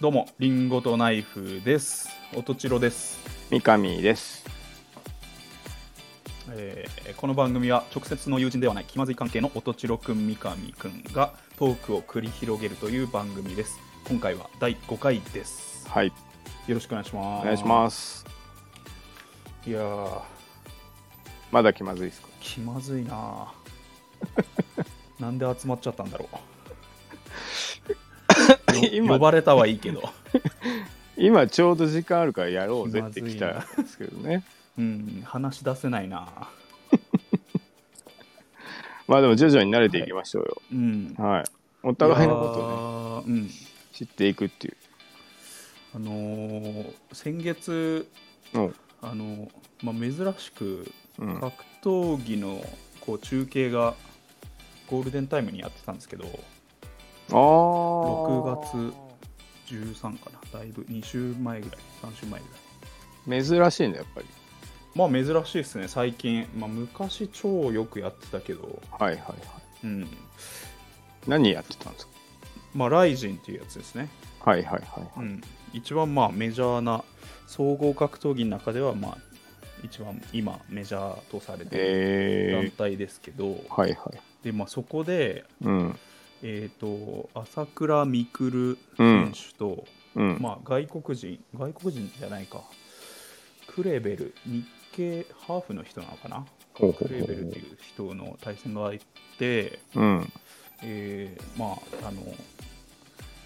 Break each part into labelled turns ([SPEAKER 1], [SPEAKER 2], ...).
[SPEAKER 1] どうも、リンゴとナイフです。おとちろです、
[SPEAKER 2] 三上です。
[SPEAKER 1] えーこの番組は直接の友人ではない気まずい関係のおとちろくん、三上くんがトークを繰り広げるという番組です。今回は第5回です。
[SPEAKER 2] はい、
[SPEAKER 1] よろしくお願いしま
[SPEAKER 2] お
[SPEAKER 1] す。
[SPEAKER 2] 願いします。
[SPEAKER 1] す。いやー、
[SPEAKER 2] まだ気まずいですか。
[SPEAKER 1] 気まずいなあ なんで集まっちゃったんだろうよ
[SPEAKER 2] 今
[SPEAKER 1] 呼ばれたはいいけど、
[SPEAKER 2] 今ちょうど時間あるからやろうぜって来たんですけどね。
[SPEAKER 1] うん、話し出せないなあ
[SPEAKER 2] まあでも徐々に慣れていきましょうよ。
[SPEAKER 1] うん
[SPEAKER 2] はい。お互いのことをね
[SPEAKER 1] とねうん
[SPEAKER 2] 知っていくっていう。
[SPEAKER 1] あのー先月
[SPEAKER 2] うん。
[SPEAKER 1] あのーまあ、珍しく
[SPEAKER 2] うん
[SPEAKER 1] 格闘技のこう中継がゴールデンタイムにやってたんですけど
[SPEAKER 2] ああ。
[SPEAKER 1] 613かなだいぶ2週前ぐらい3週前ぐらい
[SPEAKER 2] 珍しいねやっぱり。
[SPEAKER 1] まあ珍しいですね最近、まあ、昔超よくやってたけど、
[SPEAKER 2] はいはいはい。
[SPEAKER 1] うん
[SPEAKER 2] 何やってたんです
[SPEAKER 1] まあ、ライジンっていうやつですね、
[SPEAKER 2] か。はいはいはいうはい。
[SPEAKER 1] ん、一番まあメジャーな総合格闘技の中ではまあ一番今メジャーとされてる団
[SPEAKER 2] え
[SPEAKER 1] 体ですけど、
[SPEAKER 2] ー。はいはい。
[SPEAKER 1] でまあ、そこで、
[SPEAKER 2] うん
[SPEAKER 1] えー、と朝倉未来選手と、
[SPEAKER 2] うん。
[SPEAKER 1] まあ、外国人外国人じゃないかクレベル日系ハーフの人なのかな
[SPEAKER 2] ほうほうほ
[SPEAKER 1] クレ
[SPEAKER 2] う
[SPEAKER 1] ベルっていう人の対戦があって、
[SPEAKER 2] うん。
[SPEAKER 1] えーまああの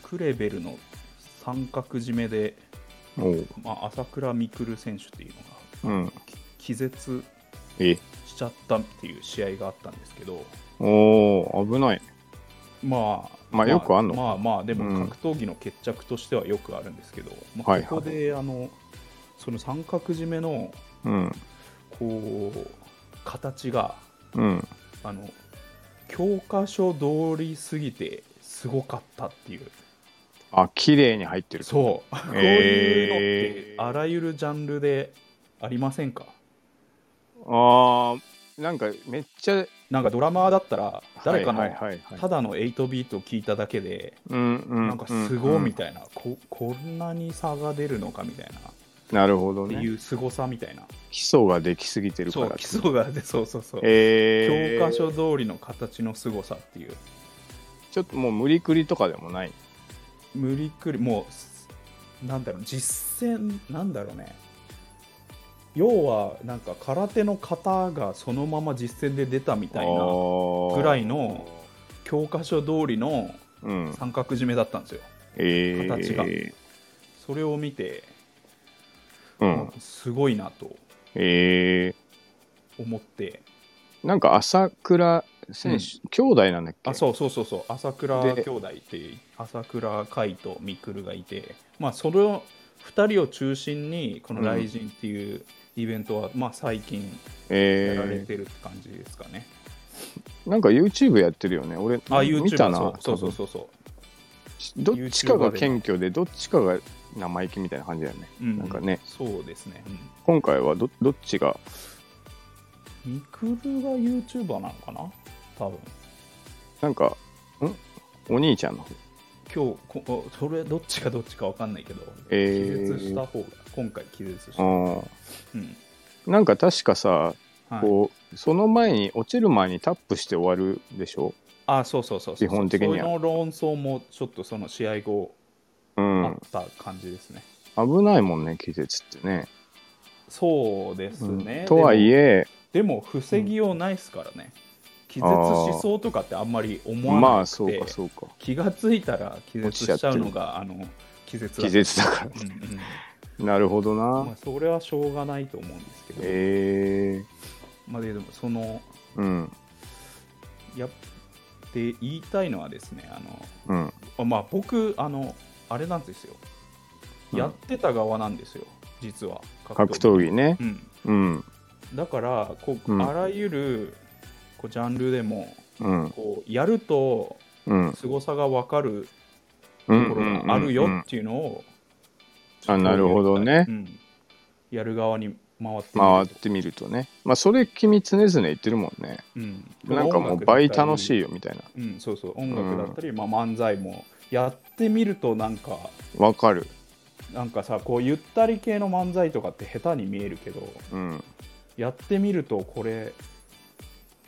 [SPEAKER 1] クレベルの三角締めで、
[SPEAKER 2] おう。
[SPEAKER 1] まあ、朝倉未来選手っていうのが
[SPEAKER 2] うん。
[SPEAKER 1] き気絶
[SPEAKER 2] え。
[SPEAKER 1] しちゃったっていう試合があったんですけど
[SPEAKER 2] おお危ない。
[SPEAKER 1] まあ
[SPEAKER 2] まあよくあんの
[SPEAKER 1] まあまあで
[SPEAKER 2] う
[SPEAKER 1] も
[SPEAKER 2] ん
[SPEAKER 1] 格闘技の決着としてはよくあるんですけど、ま
[SPEAKER 2] は
[SPEAKER 1] あ、
[SPEAKER 2] いはい
[SPEAKER 1] ここで、あのその三角締めの
[SPEAKER 2] うん
[SPEAKER 1] こう形が
[SPEAKER 2] うん。
[SPEAKER 1] あの教科書通りすぎてすごかったっていう
[SPEAKER 2] あ綺麗に入ってる。
[SPEAKER 1] そう、こういうのって
[SPEAKER 2] えー
[SPEAKER 1] あらゆるジャンルでありませんか
[SPEAKER 2] あーなんかめっちゃ
[SPEAKER 1] なんかドラマーだったら誰か
[SPEAKER 2] はい
[SPEAKER 1] の
[SPEAKER 2] はいはいはい
[SPEAKER 1] ただの8ビート聞いただけで
[SPEAKER 2] うんうん、
[SPEAKER 1] なんかすごいみ
[SPEAKER 2] たい
[SPEAKER 1] たいなここんなに差が出るのかみたいなっ
[SPEAKER 2] な、なるほど
[SPEAKER 1] て
[SPEAKER 2] ね
[SPEAKER 1] いうすごさみたいな
[SPEAKER 2] 基礎ができすぎてるか
[SPEAKER 1] そ
[SPEAKER 2] ら
[SPEAKER 1] う基礎がでそうそうそう、
[SPEAKER 2] えー、
[SPEAKER 1] 教科書通りの形のすごさっていう
[SPEAKER 2] ちょっともう無理くりとかでもない
[SPEAKER 1] 無理くりもうすなんだろう実践なんだろうね要はなんか空手の型がそのまま実践で出たみたいなぐ
[SPEAKER 2] ぐ
[SPEAKER 1] らいの、教科書通りの
[SPEAKER 2] うん
[SPEAKER 1] 三角締めだったんですよ
[SPEAKER 2] えー、
[SPEAKER 1] 形がそれを見て、
[SPEAKER 2] うん
[SPEAKER 1] すごいなと
[SPEAKER 2] え
[SPEAKER 1] 思って
[SPEAKER 2] ー、なんか朝倉選手、兄弟なんだっけ
[SPEAKER 1] あそうそうそうそう朝倉
[SPEAKER 2] で
[SPEAKER 1] 兄弟っていう朝倉海とみくるがいてまあその2人を中心にこの「
[SPEAKER 2] うん
[SPEAKER 1] 雷神」っていうイベントは、まあ最近やられ
[SPEAKER 2] え
[SPEAKER 1] てるって感じですかね、
[SPEAKER 2] ー、なんか YouTube やってるよね俺
[SPEAKER 1] あ YouTube
[SPEAKER 2] 見たな
[SPEAKER 1] そうそうそうそう
[SPEAKER 2] 多分どっちかが謙虚でどっちかが生意気みたいな感じだよね、
[SPEAKER 1] そう、うん
[SPEAKER 2] なんかね
[SPEAKER 1] そうですね、うん
[SPEAKER 2] 今回はどどっちが
[SPEAKER 1] みくるが YouTuber なのかな多分
[SPEAKER 2] なんか、んお兄ちゃんの方。
[SPEAKER 1] 今日こそれどっちかどっちかわかんないけど、
[SPEAKER 2] え
[SPEAKER 1] 気
[SPEAKER 2] ー
[SPEAKER 1] 絶した方が今回気絶した、
[SPEAKER 2] あ
[SPEAKER 1] うん
[SPEAKER 2] ーなんか確かさ、
[SPEAKER 1] はい、
[SPEAKER 2] こう、その前に、落ちる前にタップして終わるでしょ
[SPEAKER 1] あそうそうそうそう
[SPEAKER 2] 基本的には
[SPEAKER 1] その論争もちょっとその試合後
[SPEAKER 2] う
[SPEAKER 1] あっ
[SPEAKER 2] ん。
[SPEAKER 1] た感じですね、
[SPEAKER 2] 危ないもんね、気絶ってね。
[SPEAKER 1] そうですね、
[SPEAKER 2] とはいえ、
[SPEAKER 1] でもでも防ぎようないですからね、気絶しそうとかってあんまり思わなくて
[SPEAKER 2] まあ、そうか、そうか。
[SPEAKER 1] 気がついたら気絶しちゃうのがあの気絶だ
[SPEAKER 2] 気絶だから。
[SPEAKER 1] うんうん
[SPEAKER 2] なるほど
[SPEAKER 1] ま
[SPEAKER 2] な
[SPEAKER 1] あ。それはしょうがないと思うんですけど、
[SPEAKER 2] え
[SPEAKER 1] まあでもその
[SPEAKER 2] ー、うん、
[SPEAKER 1] やって言いたいのはですねあ
[SPEAKER 2] う
[SPEAKER 1] の
[SPEAKER 2] ん。
[SPEAKER 1] あまあ僕あのあれなんですよ、
[SPEAKER 2] うん
[SPEAKER 1] やってた側なんですよ実は
[SPEAKER 2] 格闘技ね。
[SPEAKER 1] うん、
[SPEAKER 2] うん、
[SPEAKER 1] だからこう、
[SPEAKER 2] うん
[SPEAKER 1] あらゆるこうジャンルでも
[SPEAKER 2] うん、
[SPEAKER 1] こうやると
[SPEAKER 2] うん。
[SPEAKER 1] 凄さが分かる
[SPEAKER 2] う
[SPEAKER 1] と
[SPEAKER 2] ん
[SPEAKER 1] こ
[SPEAKER 2] う
[SPEAKER 1] ろ
[SPEAKER 2] ん
[SPEAKER 1] があるよっていうのを、
[SPEAKER 2] うんあなるほどね
[SPEAKER 1] うんやる側に回ってみ
[SPEAKER 2] 回っ
[SPEAKER 1] る
[SPEAKER 2] てみるとね。まあ、それ君常々言ってるもんね。
[SPEAKER 1] うん
[SPEAKER 2] なんかもう倍楽しいよ、みたいな。
[SPEAKER 1] うん、そうそう音楽だったり、まあ、漫才もやってみるとなんか
[SPEAKER 2] わかる
[SPEAKER 1] なんかさこうゆったり系の漫才とかって下手に見えるけど
[SPEAKER 2] うん
[SPEAKER 1] やってみるとこれ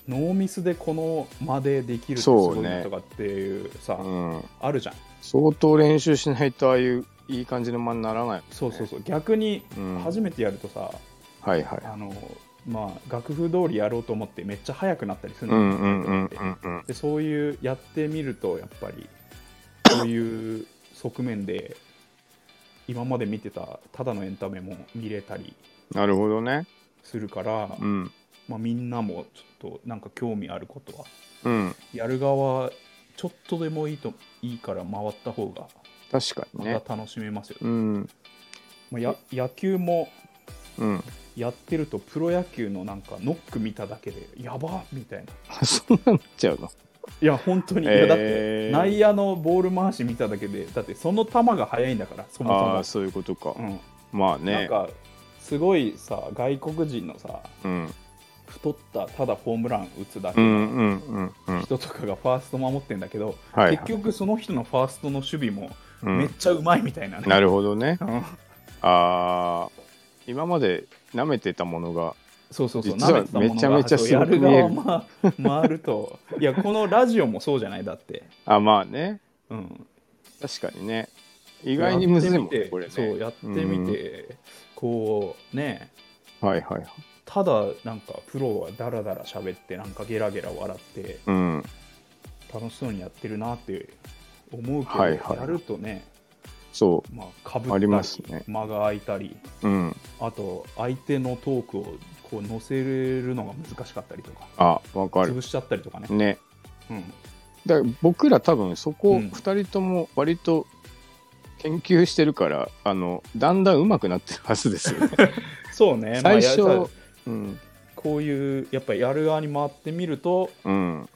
[SPEAKER 1] ノーミスでこの間でできるとす
[SPEAKER 2] そうね
[SPEAKER 1] ごいなとかっていうさ
[SPEAKER 2] うん
[SPEAKER 1] あるじゃん
[SPEAKER 2] 相当練習しないとああいういい感じの間にならない
[SPEAKER 1] そうそうそう逆に
[SPEAKER 2] うん
[SPEAKER 1] 初めてやるとさ、
[SPEAKER 2] はいはい
[SPEAKER 1] あのまあ楽譜通りやろうと思ってめっちゃ速くなったりする
[SPEAKER 2] う
[SPEAKER 1] の
[SPEAKER 2] んうんうんうんうん
[SPEAKER 1] でそういうやってみるとやっぱりそういう側面で今まで見てたただのエンタメも見れたり
[SPEAKER 2] なるほどね
[SPEAKER 1] するから、
[SPEAKER 2] うん
[SPEAKER 1] まあ、みんなもちょっとなんか興味あることは
[SPEAKER 2] うん
[SPEAKER 1] やる側ちょっとでもいいといいから回った方が
[SPEAKER 2] 確かに
[SPEAKER 1] ま
[SPEAKER 2] ね
[SPEAKER 1] た楽しめますよ、
[SPEAKER 2] うん
[SPEAKER 1] まあ、や野球も
[SPEAKER 2] うん
[SPEAKER 1] やってるとプロ野球のなんかノック見ただけでやばっみたいな
[SPEAKER 2] あそうなっちゃうの
[SPEAKER 1] いや本当に、いやだって
[SPEAKER 2] えー
[SPEAKER 1] 内野のボール回し見ただけでだってその球が速いんだからそ
[SPEAKER 2] あ
[SPEAKER 1] も
[SPEAKER 2] あ
[SPEAKER 1] そ
[SPEAKER 2] そういうことか
[SPEAKER 1] も、
[SPEAKER 2] まあ
[SPEAKER 1] うん、なん
[SPEAKER 2] ね
[SPEAKER 1] かすごいさ外国人のさ
[SPEAKER 2] うん
[SPEAKER 1] 太ったただホームラン打つだ
[SPEAKER 2] う
[SPEAKER 1] けの
[SPEAKER 2] んうんうんうん
[SPEAKER 1] 人とかがファースト守ってんだけど、
[SPEAKER 2] はい
[SPEAKER 1] 結局その人のファーストの守備も
[SPEAKER 2] う
[SPEAKER 1] めっ
[SPEAKER 2] ん
[SPEAKER 1] ちゃうまいみたいなね、
[SPEAKER 2] なるほどね
[SPEAKER 1] うん
[SPEAKER 2] ああ今まで舐めてたものが
[SPEAKER 1] そうそうそう、
[SPEAKER 2] 実は
[SPEAKER 1] 舐めてたものが
[SPEAKER 2] めちゃめちゃ
[SPEAKER 1] そう
[SPEAKER 2] す
[SPEAKER 1] や
[SPEAKER 2] ご
[SPEAKER 1] る
[SPEAKER 2] く見える
[SPEAKER 1] 側ま回ると、いや、このラジオもそうじゃない、だって。
[SPEAKER 2] あまあね
[SPEAKER 1] うん、
[SPEAKER 2] 確かにね意外にむずいもん
[SPEAKER 1] やってみ
[SPEAKER 2] ね
[SPEAKER 1] て
[SPEAKER 2] これね
[SPEAKER 1] そう、やってみて、こう、ね、
[SPEAKER 2] うんはいはいはい
[SPEAKER 1] ただ、なんか、プロはダラダラ喋って、なんかゲラゲラ笑って、
[SPEAKER 2] うん
[SPEAKER 1] 楽しそうにやってるなって思うけど、
[SPEAKER 2] はいはい
[SPEAKER 1] やるとね、
[SPEAKER 2] そ
[SPEAKER 1] まあ、かぶ
[SPEAKER 2] あり
[SPEAKER 1] っ
[SPEAKER 2] ま
[SPEAKER 1] た
[SPEAKER 2] す
[SPEAKER 1] り、
[SPEAKER 2] ね
[SPEAKER 1] 間が空いたり、
[SPEAKER 2] ううん
[SPEAKER 1] あと、相手のトークをこう乗せるのが難しかったりとか、
[SPEAKER 2] あわかる
[SPEAKER 1] 潰しちゃったりとかね。
[SPEAKER 2] ね
[SPEAKER 1] うん
[SPEAKER 2] だから僕ら多分そこ
[SPEAKER 1] うん
[SPEAKER 2] 2人とも割と研究してるから、あのだんだん上手くなってるはずですよね
[SPEAKER 1] そう ね、まあ
[SPEAKER 2] 最初、
[SPEAKER 1] やっぱり
[SPEAKER 2] うん
[SPEAKER 1] こういうやっぱりやる側に回ってみると
[SPEAKER 2] うん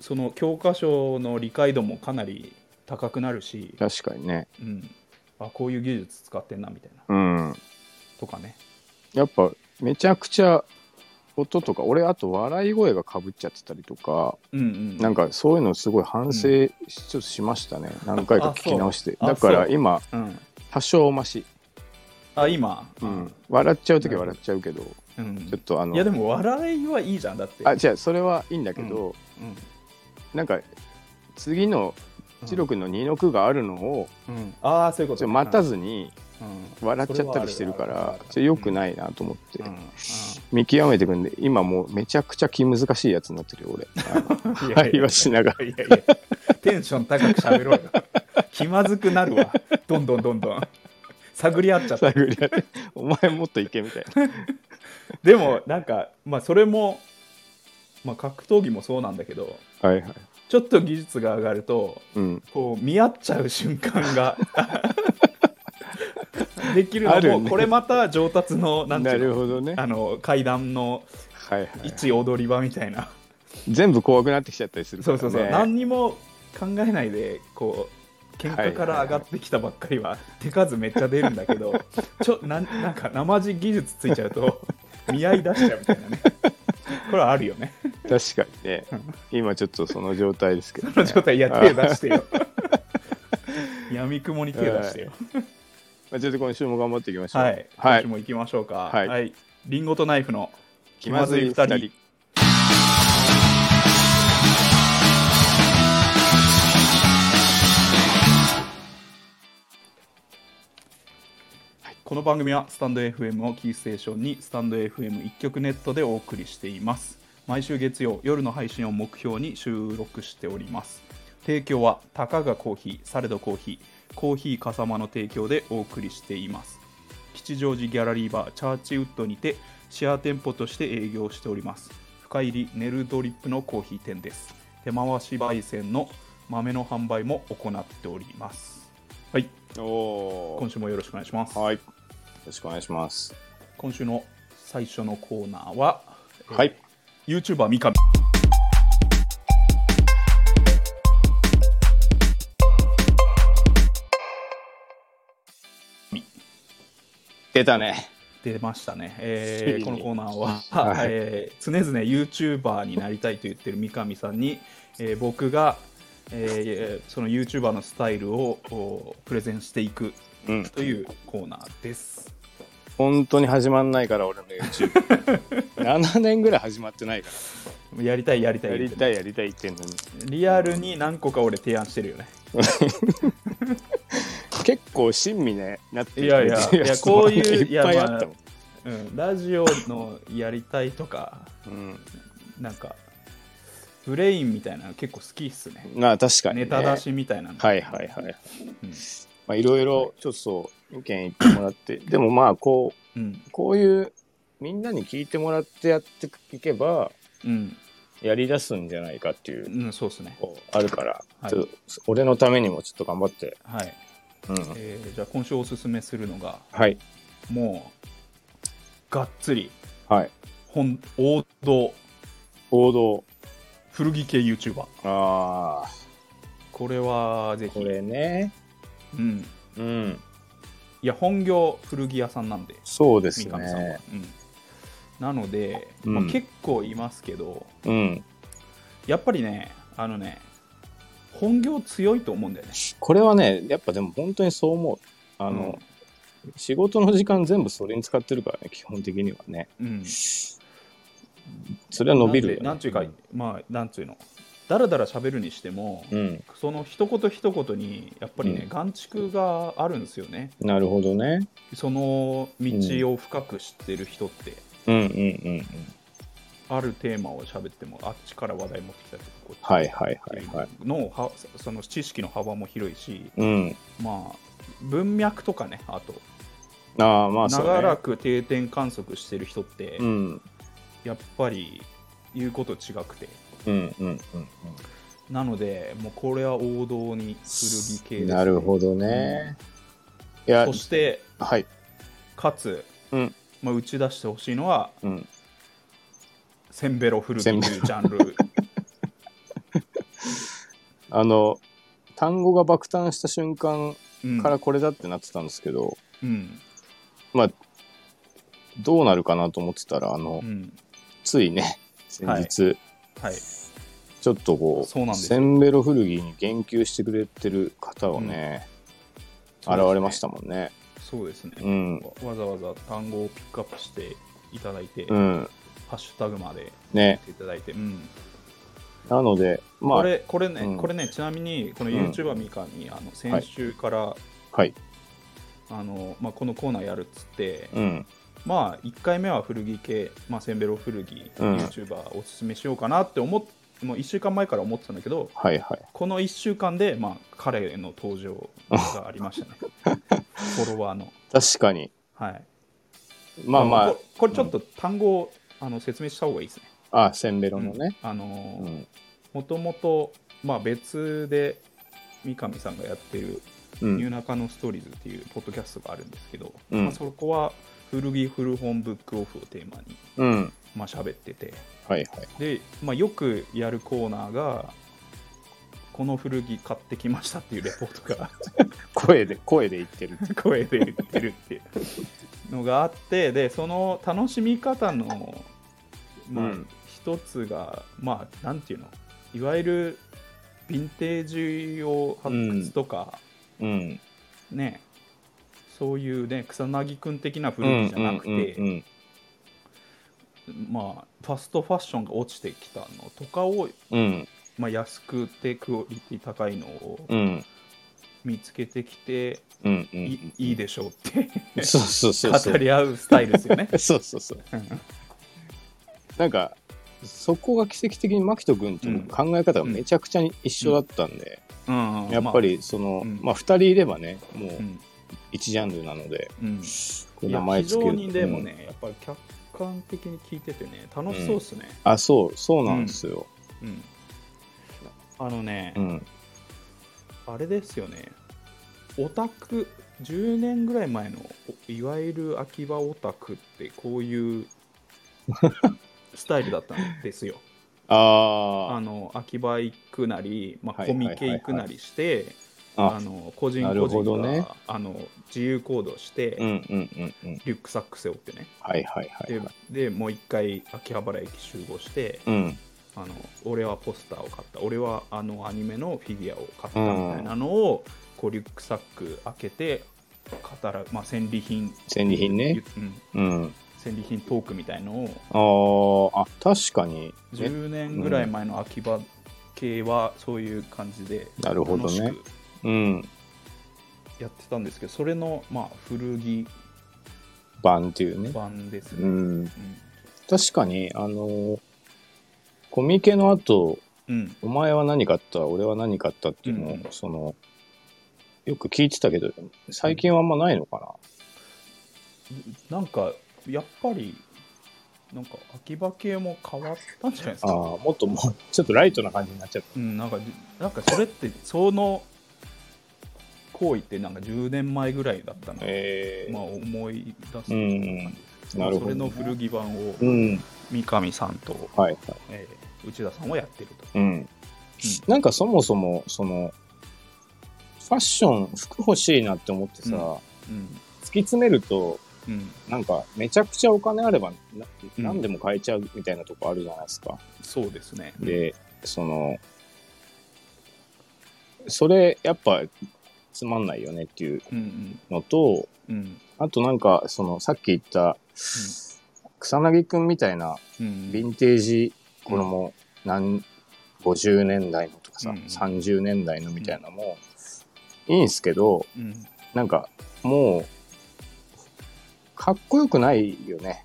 [SPEAKER 1] その教科書の理解度もかなり高くなるし、
[SPEAKER 2] 確かにね
[SPEAKER 1] うん、あこういう技術使ってんなみたいな
[SPEAKER 2] うん
[SPEAKER 1] とかね
[SPEAKER 2] やっぱめちゃくちゃ音とか俺あと笑い声がかぶっちゃってたりとか
[SPEAKER 1] うんうん
[SPEAKER 2] なん
[SPEAKER 1] か
[SPEAKER 2] かそういうのすごい反省し,、ちょっとしましたね何回か聞き直して
[SPEAKER 1] あそう
[SPEAKER 2] だから
[SPEAKER 1] あそう
[SPEAKER 2] 今
[SPEAKER 1] うん
[SPEAKER 2] 多少マシ、
[SPEAKER 1] あ今
[SPEAKER 2] うん、笑っちゃう時は笑っちゃうけど
[SPEAKER 1] うん
[SPEAKER 2] ちょっとあの
[SPEAKER 1] いやでも笑いはいいじゃんだって
[SPEAKER 2] あ違うそれはいいんだけど、
[SPEAKER 1] うん
[SPEAKER 2] なんか次の一郎君の二の句があるのを
[SPEAKER 1] うんああそういう
[SPEAKER 2] ちょ
[SPEAKER 1] こ
[SPEAKER 2] っと
[SPEAKER 1] と
[SPEAKER 2] 待た
[SPEAKER 1] ず
[SPEAKER 2] ずに笑っちゃったりしてるからそれ良くないなと思って
[SPEAKER 1] うんうん
[SPEAKER 2] 見極めてくんで今もうめちゃくちゃ気難しいやつになってるよ俺
[SPEAKER 1] いやいや
[SPEAKER 2] 会話しながら
[SPEAKER 1] いやいやテンション高く喋ろうよ気まずくなるわどんどんどんどん探り合っちゃった
[SPEAKER 2] 探り合って「お前もっといけ」みたいな
[SPEAKER 1] でもなんか、まあ、それも、まあ、格闘技もそうなんだけど
[SPEAKER 2] はいはい
[SPEAKER 1] ちょっと技術が上がると
[SPEAKER 2] うん
[SPEAKER 1] こう見合っちゃう瞬 間ができるの
[SPEAKER 2] あ
[SPEAKER 1] も
[SPEAKER 2] るね
[SPEAKER 1] これまた上達のなんて
[SPEAKER 2] な
[SPEAKER 1] いう
[SPEAKER 2] る
[SPEAKER 1] の
[SPEAKER 2] ほどね
[SPEAKER 1] あの階段の
[SPEAKER 2] はいはい
[SPEAKER 1] 一踊り場みたいな、
[SPEAKER 2] 全部怖くなってきちゃったりするか
[SPEAKER 1] そ
[SPEAKER 2] らね
[SPEAKER 1] うそうそう、何にも考えないでこう喧嘩から上がってきたばっかりは手数めっちゃ出るんだ けどちょなんなんかなまじ技術ついちゃうと見合い出しちゃうみたいなねこれはあるよね
[SPEAKER 2] 確かにね今ちょっとその状態ですけ ど
[SPEAKER 1] その状態いや手出し てよ 闇雲に手出してよ
[SPEAKER 2] まあちょっと今週も頑張っていきましょう
[SPEAKER 1] はい、
[SPEAKER 2] は
[SPEAKER 1] 今週
[SPEAKER 2] い
[SPEAKER 1] も行きましょうかは、
[SPEAKER 2] はいい
[SPEAKER 1] リンゴとナイフの
[SPEAKER 2] 気まずい二人
[SPEAKER 1] この番組はスタンド FM をキーステーションにスタンド FM 一曲ネットでお送りしています毎週月曜夜の配信を目標に収録しております提供はたかがコーヒーサレドコーヒーコーヒーかさまの提供でお送りしています吉祥寺ギャラリーバーチャーチウッドにてシェア店舗として営業しております深入りネルドリップのコーヒー店です手回し焙煎の豆の販売も行っておりますはい
[SPEAKER 2] お
[SPEAKER 1] 今週もよろしくお願いします、
[SPEAKER 2] はい。よろしくお願いします。
[SPEAKER 1] 今週の最初のコーナーは、
[SPEAKER 2] はい。
[SPEAKER 1] YouTuber 三上
[SPEAKER 2] 出たね。
[SPEAKER 1] 出ましたね、
[SPEAKER 2] つい
[SPEAKER 1] えー
[SPEAKER 2] に
[SPEAKER 1] このコーナーは、
[SPEAKER 2] はい
[SPEAKER 1] えー常々 YouTuber になりたいと言ってる三上さんに、えー僕が、えーその YouTuber のスタイルをおプレゼンしていく
[SPEAKER 2] うん。
[SPEAKER 1] というコーナーです。
[SPEAKER 2] 本当に始まんないから、俺の YouTube。7年 ぐらい始まってないか
[SPEAKER 1] やりたい やりた
[SPEAKER 2] ら。
[SPEAKER 1] い
[SPEAKER 2] やりたい、やりたいって言ってんのに。
[SPEAKER 1] リアルに何個か俺提案してるよね。
[SPEAKER 2] 結構親身ね、なって
[SPEAKER 1] いやいや
[SPEAKER 2] くれてる
[SPEAKER 1] いや
[SPEAKER 2] つ
[SPEAKER 1] こういう
[SPEAKER 2] いっぱいあったもん。
[SPEAKER 1] うん、ラジオのやりたいとか、
[SPEAKER 2] う
[SPEAKER 1] なんか、ブレインみたいなの結構好きっすね。
[SPEAKER 2] ん。まあ確かに、ね。
[SPEAKER 1] ネタ出しみたいなの。
[SPEAKER 2] はいはいはい。
[SPEAKER 1] うん
[SPEAKER 2] まあいろいろ、ちょっとそう、意見言ってもらって。でもまあ、こう、
[SPEAKER 1] うん。
[SPEAKER 2] こういう、みんなに聞いてもらってやっていけば、
[SPEAKER 1] うん。
[SPEAKER 2] やり出すんじゃないかっていう、
[SPEAKER 1] うん、そうっすね。
[SPEAKER 2] こうあるから、
[SPEAKER 1] はい
[SPEAKER 2] ちょっと俺のためにもちょっと頑張って。
[SPEAKER 1] はい。
[SPEAKER 2] うん。
[SPEAKER 1] えーじゃあ今週おすすめするのが、
[SPEAKER 2] はい。
[SPEAKER 1] もう、がっつり、
[SPEAKER 2] はい。
[SPEAKER 1] 本王道、
[SPEAKER 2] 王道。
[SPEAKER 1] 古着系 YouTuber。
[SPEAKER 2] ああ、
[SPEAKER 1] これはぜひ、
[SPEAKER 2] これね。
[SPEAKER 1] うん。い
[SPEAKER 2] うん。
[SPEAKER 1] や、本業古着屋さんなんで、
[SPEAKER 2] そうです
[SPEAKER 1] 三上さん
[SPEAKER 2] ね
[SPEAKER 1] は。。うん、なので、
[SPEAKER 2] うん
[SPEAKER 1] まあ、結構いますけど、
[SPEAKER 2] うん。
[SPEAKER 1] やっぱりね、あのね、本業強いと思うんだよね。
[SPEAKER 2] これはね、やっぱでも本当にそう思う。あ
[SPEAKER 1] あ
[SPEAKER 2] の、、仕事の時間全部それに使ってるからね、基本的にはね。
[SPEAKER 1] うん、
[SPEAKER 2] それは伸びるよ、ね。
[SPEAKER 1] なんてなんていうか、まあ、なんていうの、だらだら喋るにしても、
[SPEAKER 2] うん。
[SPEAKER 1] その一言一言に、やっぱりね
[SPEAKER 2] う、ん
[SPEAKER 1] 眼蓄があるんですよね。
[SPEAKER 2] なるほどね。
[SPEAKER 1] その道を深く知ってる人って、
[SPEAKER 2] うんうんうんうん。
[SPEAKER 1] あるテーマを喋っても、あっちから話題持ってきたりとか、こっち
[SPEAKER 2] はいはい
[SPEAKER 1] っ
[SPEAKER 2] は
[SPEAKER 1] て
[SPEAKER 2] い
[SPEAKER 1] いう
[SPEAKER 2] はい。
[SPEAKER 1] のはその知識の幅も広いし、
[SPEAKER 2] うん。
[SPEAKER 1] まあ、文脈とかね、あと、
[SPEAKER 2] ああ、まあそう、ね。
[SPEAKER 1] 長らく定点観測してる人って、
[SPEAKER 2] うん。
[SPEAKER 1] やっぱり言うこと違くて、
[SPEAKER 2] うんうんうんうん。
[SPEAKER 1] なので、もうこれは王道に古着系です、
[SPEAKER 2] なるほどね。いや
[SPEAKER 1] そ、して、
[SPEAKER 2] はい。
[SPEAKER 1] かつ、
[SPEAKER 2] うん
[SPEAKER 1] まあ、打ち出してほしいのは、
[SPEAKER 2] うん。
[SPEAKER 1] せんべろ古着というジャ ンル。
[SPEAKER 2] あの、単語が爆誕した瞬間
[SPEAKER 1] うん
[SPEAKER 2] からこれだってなってたんですけど、
[SPEAKER 1] うん
[SPEAKER 2] まあ、どうなるかなと思ってたら、あの、
[SPEAKER 1] うん
[SPEAKER 2] ついね、先日、
[SPEAKER 1] はい、
[SPEAKER 2] ちょっとこ
[SPEAKER 1] そうなん
[SPEAKER 2] う、
[SPEAKER 1] です
[SPEAKER 2] セ
[SPEAKER 1] よ
[SPEAKER 2] ンベロ古着に言及してくれてる方がね、現れましたもんね。
[SPEAKER 1] そうですね、
[SPEAKER 2] うん。
[SPEAKER 1] わわざわざ単語をピックアップしていただいて、
[SPEAKER 2] うん。
[SPEAKER 1] ハッシュタグまで
[SPEAKER 2] ね。
[SPEAKER 1] いただいて、うん
[SPEAKER 2] なので、ま
[SPEAKER 1] こ
[SPEAKER 2] あ、
[SPEAKER 1] れこれね、
[SPEAKER 2] うん
[SPEAKER 1] これねちなみにこの
[SPEAKER 2] うん
[SPEAKER 1] YouTuber ミカにあの先週から、
[SPEAKER 2] はい。
[SPEAKER 1] あのまあ、このコーナーやるっつって、
[SPEAKER 2] うん。
[SPEAKER 1] まあ1回目は古着系、まあ、せんべろ古着、
[SPEAKER 2] うん
[SPEAKER 1] YouTuber おすすめしようかなって思っもう1週間前から思ってたんだけど
[SPEAKER 2] はいはい。
[SPEAKER 1] この1週間で、まあ、彼の登場がありましたね フォロワーの
[SPEAKER 2] 確かに。
[SPEAKER 1] はい
[SPEAKER 2] まあま
[SPEAKER 1] ここれちょっと単語を、あの説明した方がいいですね
[SPEAKER 2] あ、あ、センベロのね。
[SPEAKER 1] あの
[SPEAKER 2] う
[SPEAKER 1] ー
[SPEAKER 2] ん。
[SPEAKER 1] もともと、まあ、別で三上さんがやってる
[SPEAKER 2] う
[SPEAKER 1] ニュー
[SPEAKER 2] ん。
[SPEAKER 1] ナカのストーリーズっていうポッドキャストがあるんですけど、
[SPEAKER 2] うん
[SPEAKER 1] まあ、そこは古着古本ブックオフをテーマに、
[SPEAKER 2] うん。
[SPEAKER 1] まあ喋ってて
[SPEAKER 2] はいはい。
[SPEAKER 1] で、まあ、よくやるコーナーがこの古着買ってきましたっていうレポートが
[SPEAKER 2] 声で、声で言ってる。
[SPEAKER 1] 声で言ってるっていうのがあってでその楽しみ方の、まあ
[SPEAKER 2] うん
[SPEAKER 1] 一つがまあなんていうのいわゆるヴィンテージを発掘とか、
[SPEAKER 2] うん。
[SPEAKER 1] ねそういうね草薙君的な
[SPEAKER 2] うん
[SPEAKER 1] 古着じゃなくて、
[SPEAKER 2] うん
[SPEAKER 1] まあファストファッションが落ちてきたのとかを、
[SPEAKER 2] うんうん。
[SPEAKER 1] まあ、安くてクオリティ高いのを
[SPEAKER 2] うん。
[SPEAKER 1] 見つけてきて、
[SPEAKER 2] うん。うん。
[SPEAKER 1] いいいでしょうって
[SPEAKER 2] そうそうそうそう。
[SPEAKER 1] 語。り合うスタイルですよね
[SPEAKER 2] そうそうそう。なんか、そこが奇跡的に牧人君と僕考え方がめちゃくちゃに一緒だったんで、
[SPEAKER 1] うん
[SPEAKER 2] やっぱ、りその、
[SPEAKER 1] うん
[SPEAKER 2] まあ、2人いればね、もう
[SPEAKER 1] まあうん
[SPEAKER 2] 1ジャンルなので、
[SPEAKER 1] うん、
[SPEAKER 2] こう
[SPEAKER 1] い
[SPEAKER 2] 名
[SPEAKER 1] や
[SPEAKER 2] 前
[SPEAKER 1] 非
[SPEAKER 2] つける
[SPEAKER 1] 常にでもね、やっぱり客観的に聞いててね楽しそうです
[SPEAKER 2] う
[SPEAKER 1] ね、
[SPEAKER 2] んあ、そう、そうなんですよ。
[SPEAKER 1] うんあのね、
[SPEAKER 2] うん。
[SPEAKER 1] あれですよね、オタク、10年ぐらい前の、おいわゆる秋葉オタクって、こういう スタイルだったんですよ。あ
[SPEAKER 2] あ
[SPEAKER 1] の秋葉行くなり、まあ、
[SPEAKER 2] はい
[SPEAKER 1] コ
[SPEAKER 2] はいはいは
[SPEAKER 1] ミ
[SPEAKER 2] い
[SPEAKER 1] ケ行くなりして、
[SPEAKER 2] あ
[SPEAKER 1] あの個人
[SPEAKER 2] な
[SPEAKER 1] 個
[SPEAKER 2] るほ
[SPEAKER 1] 人
[SPEAKER 2] ど
[SPEAKER 1] が、
[SPEAKER 2] ね
[SPEAKER 1] あの自由行動して、
[SPEAKER 2] うんうんうんうん。
[SPEAKER 1] リュックサック背負ってね、
[SPEAKER 2] はいはいはい
[SPEAKER 1] で
[SPEAKER 2] はい。
[SPEAKER 1] でもう一回秋葉原駅集合して、
[SPEAKER 2] うん。
[SPEAKER 1] あの俺はポスターを買った俺はあのアニメのフィギュアを買ったみたいなのを、こうリュックサック開けて語らう、まあ、戦利品、
[SPEAKER 2] 戦利品ね。
[SPEAKER 1] うん、
[SPEAKER 2] うん。
[SPEAKER 1] 戦利品トークみたいのを
[SPEAKER 2] あーあ、確かに。え
[SPEAKER 1] 10年ぐらい前の秋葉系はそういう感じで
[SPEAKER 2] なるほど
[SPEAKER 1] 楽し
[SPEAKER 2] ね。
[SPEAKER 1] く
[SPEAKER 2] うん。
[SPEAKER 1] やってたんですけど、それの、まあ、古着
[SPEAKER 2] 版っていうね。
[SPEAKER 1] 版です
[SPEAKER 2] う
[SPEAKER 1] ね。
[SPEAKER 2] ん。確かに、あのーコミケの後、
[SPEAKER 1] うんうん
[SPEAKER 2] お前は何買った俺は何買ったっていうのを、
[SPEAKER 1] うん
[SPEAKER 2] その、よく聞いてたけど、最近はあんまないのかな。
[SPEAKER 1] なんかやっぱりなんか秋葉系も変わったんじゃないです
[SPEAKER 2] あ
[SPEAKER 1] か、
[SPEAKER 2] あ、もっともう、 ちょっとライトな感じになっちゃっ
[SPEAKER 1] うん、なんかじなんかそれってその行為ってなんか10年前ぐらいだったの
[SPEAKER 2] た。、ええ
[SPEAKER 1] まあ、思い出す
[SPEAKER 2] うんなるほどね
[SPEAKER 1] それの古着版を
[SPEAKER 2] うん。
[SPEAKER 1] 三上さんと、
[SPEAKER 2] はいはい。
[SPEAKER 1] えー内田さんはやってると。
[SPEAKER 2] うん。なんかそもそも、その、ファッション、服欲しいなって思ってさ、
[SPEAKER 1] うん
[SPEAKER 2] 突
[SPEAKER 1] うん
[SPEAKER 2] き詰めると、
[SPEAKER 1] うん、
[SPEAKER 2] なんか、めちゃくちゃお金あればな、
[SPEAKER 1] うん
[SPEAKER 2] 何でも買えちゃうみたいなとこあるじゃないですか。
[SPEAKER 1] そうですね。
[SPEAKER 2] で、その、それ、やっぱ、つまんないよねっていう
[SPEAKER 1] うん
[SPEAKER 2] のと、
[SPEAKER 1] うんうん
[SPEAKER 2] あとなんか、その、さっき言った、草薙くんみたいな、
[SPEAKER 1] うん
[SPEAKER 2] ヴィンテージ、これも、何、50年代のとかさ、
[SPEAKER 1] うん
[SPEAKER 2] 30年代のみたいなのも、いいんすけど、
[SPEAKER 1] うん
[SPEAKER 2] なんか、もう、かっこよくないよ ね。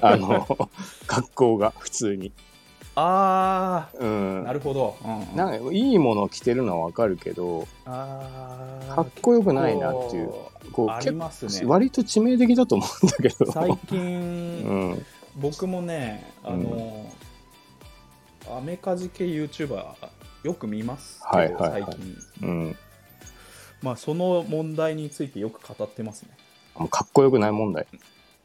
[SPEAKER 2] あの、格好が、普通に。
[SPEAKER 1] あ
[SPEAKER 2] う
[SPEAKER 1] あ
[SPEAKER 2] ん。
[SPEAKER 1] なるほど。うんうん
[SPEAKER 2] なんかいいもの着てるのはわかるけど、
[SPEAKER 1] あー
[SPEAKER 2] かっこよくないなっていう
[SPEAKER 1] 結
[SPEAKER 2] こ
[SPEAKER 1] 構あ
[SPEAKER 2] う
[SPEAKER 1] り
[SPEAKER 2] 結
[SPEAKER 1] ます
[SPEAKER 2] 構、
[SPEAKER 1] ね。
[SPEAKER 2] 割と致命的だと思うんだけ ど。
[SPEAKER 1] 最
[SPEAKER 2] う
[SPEAKER 1] 近、
[SPEAKER 2] ん。
[SPEAKER 1] 僕もね、あの、アメカジ系 YouTuber よく見ますけど、
[SPEAKER 2] はいはいはい
[SPEAKER 1] 最近。
[SPEAKER 2] うん。
[SPEAKER 1] まあ、その問題についてよく語ってますね。
[SPEAKER 2] もうかっこよくない問題。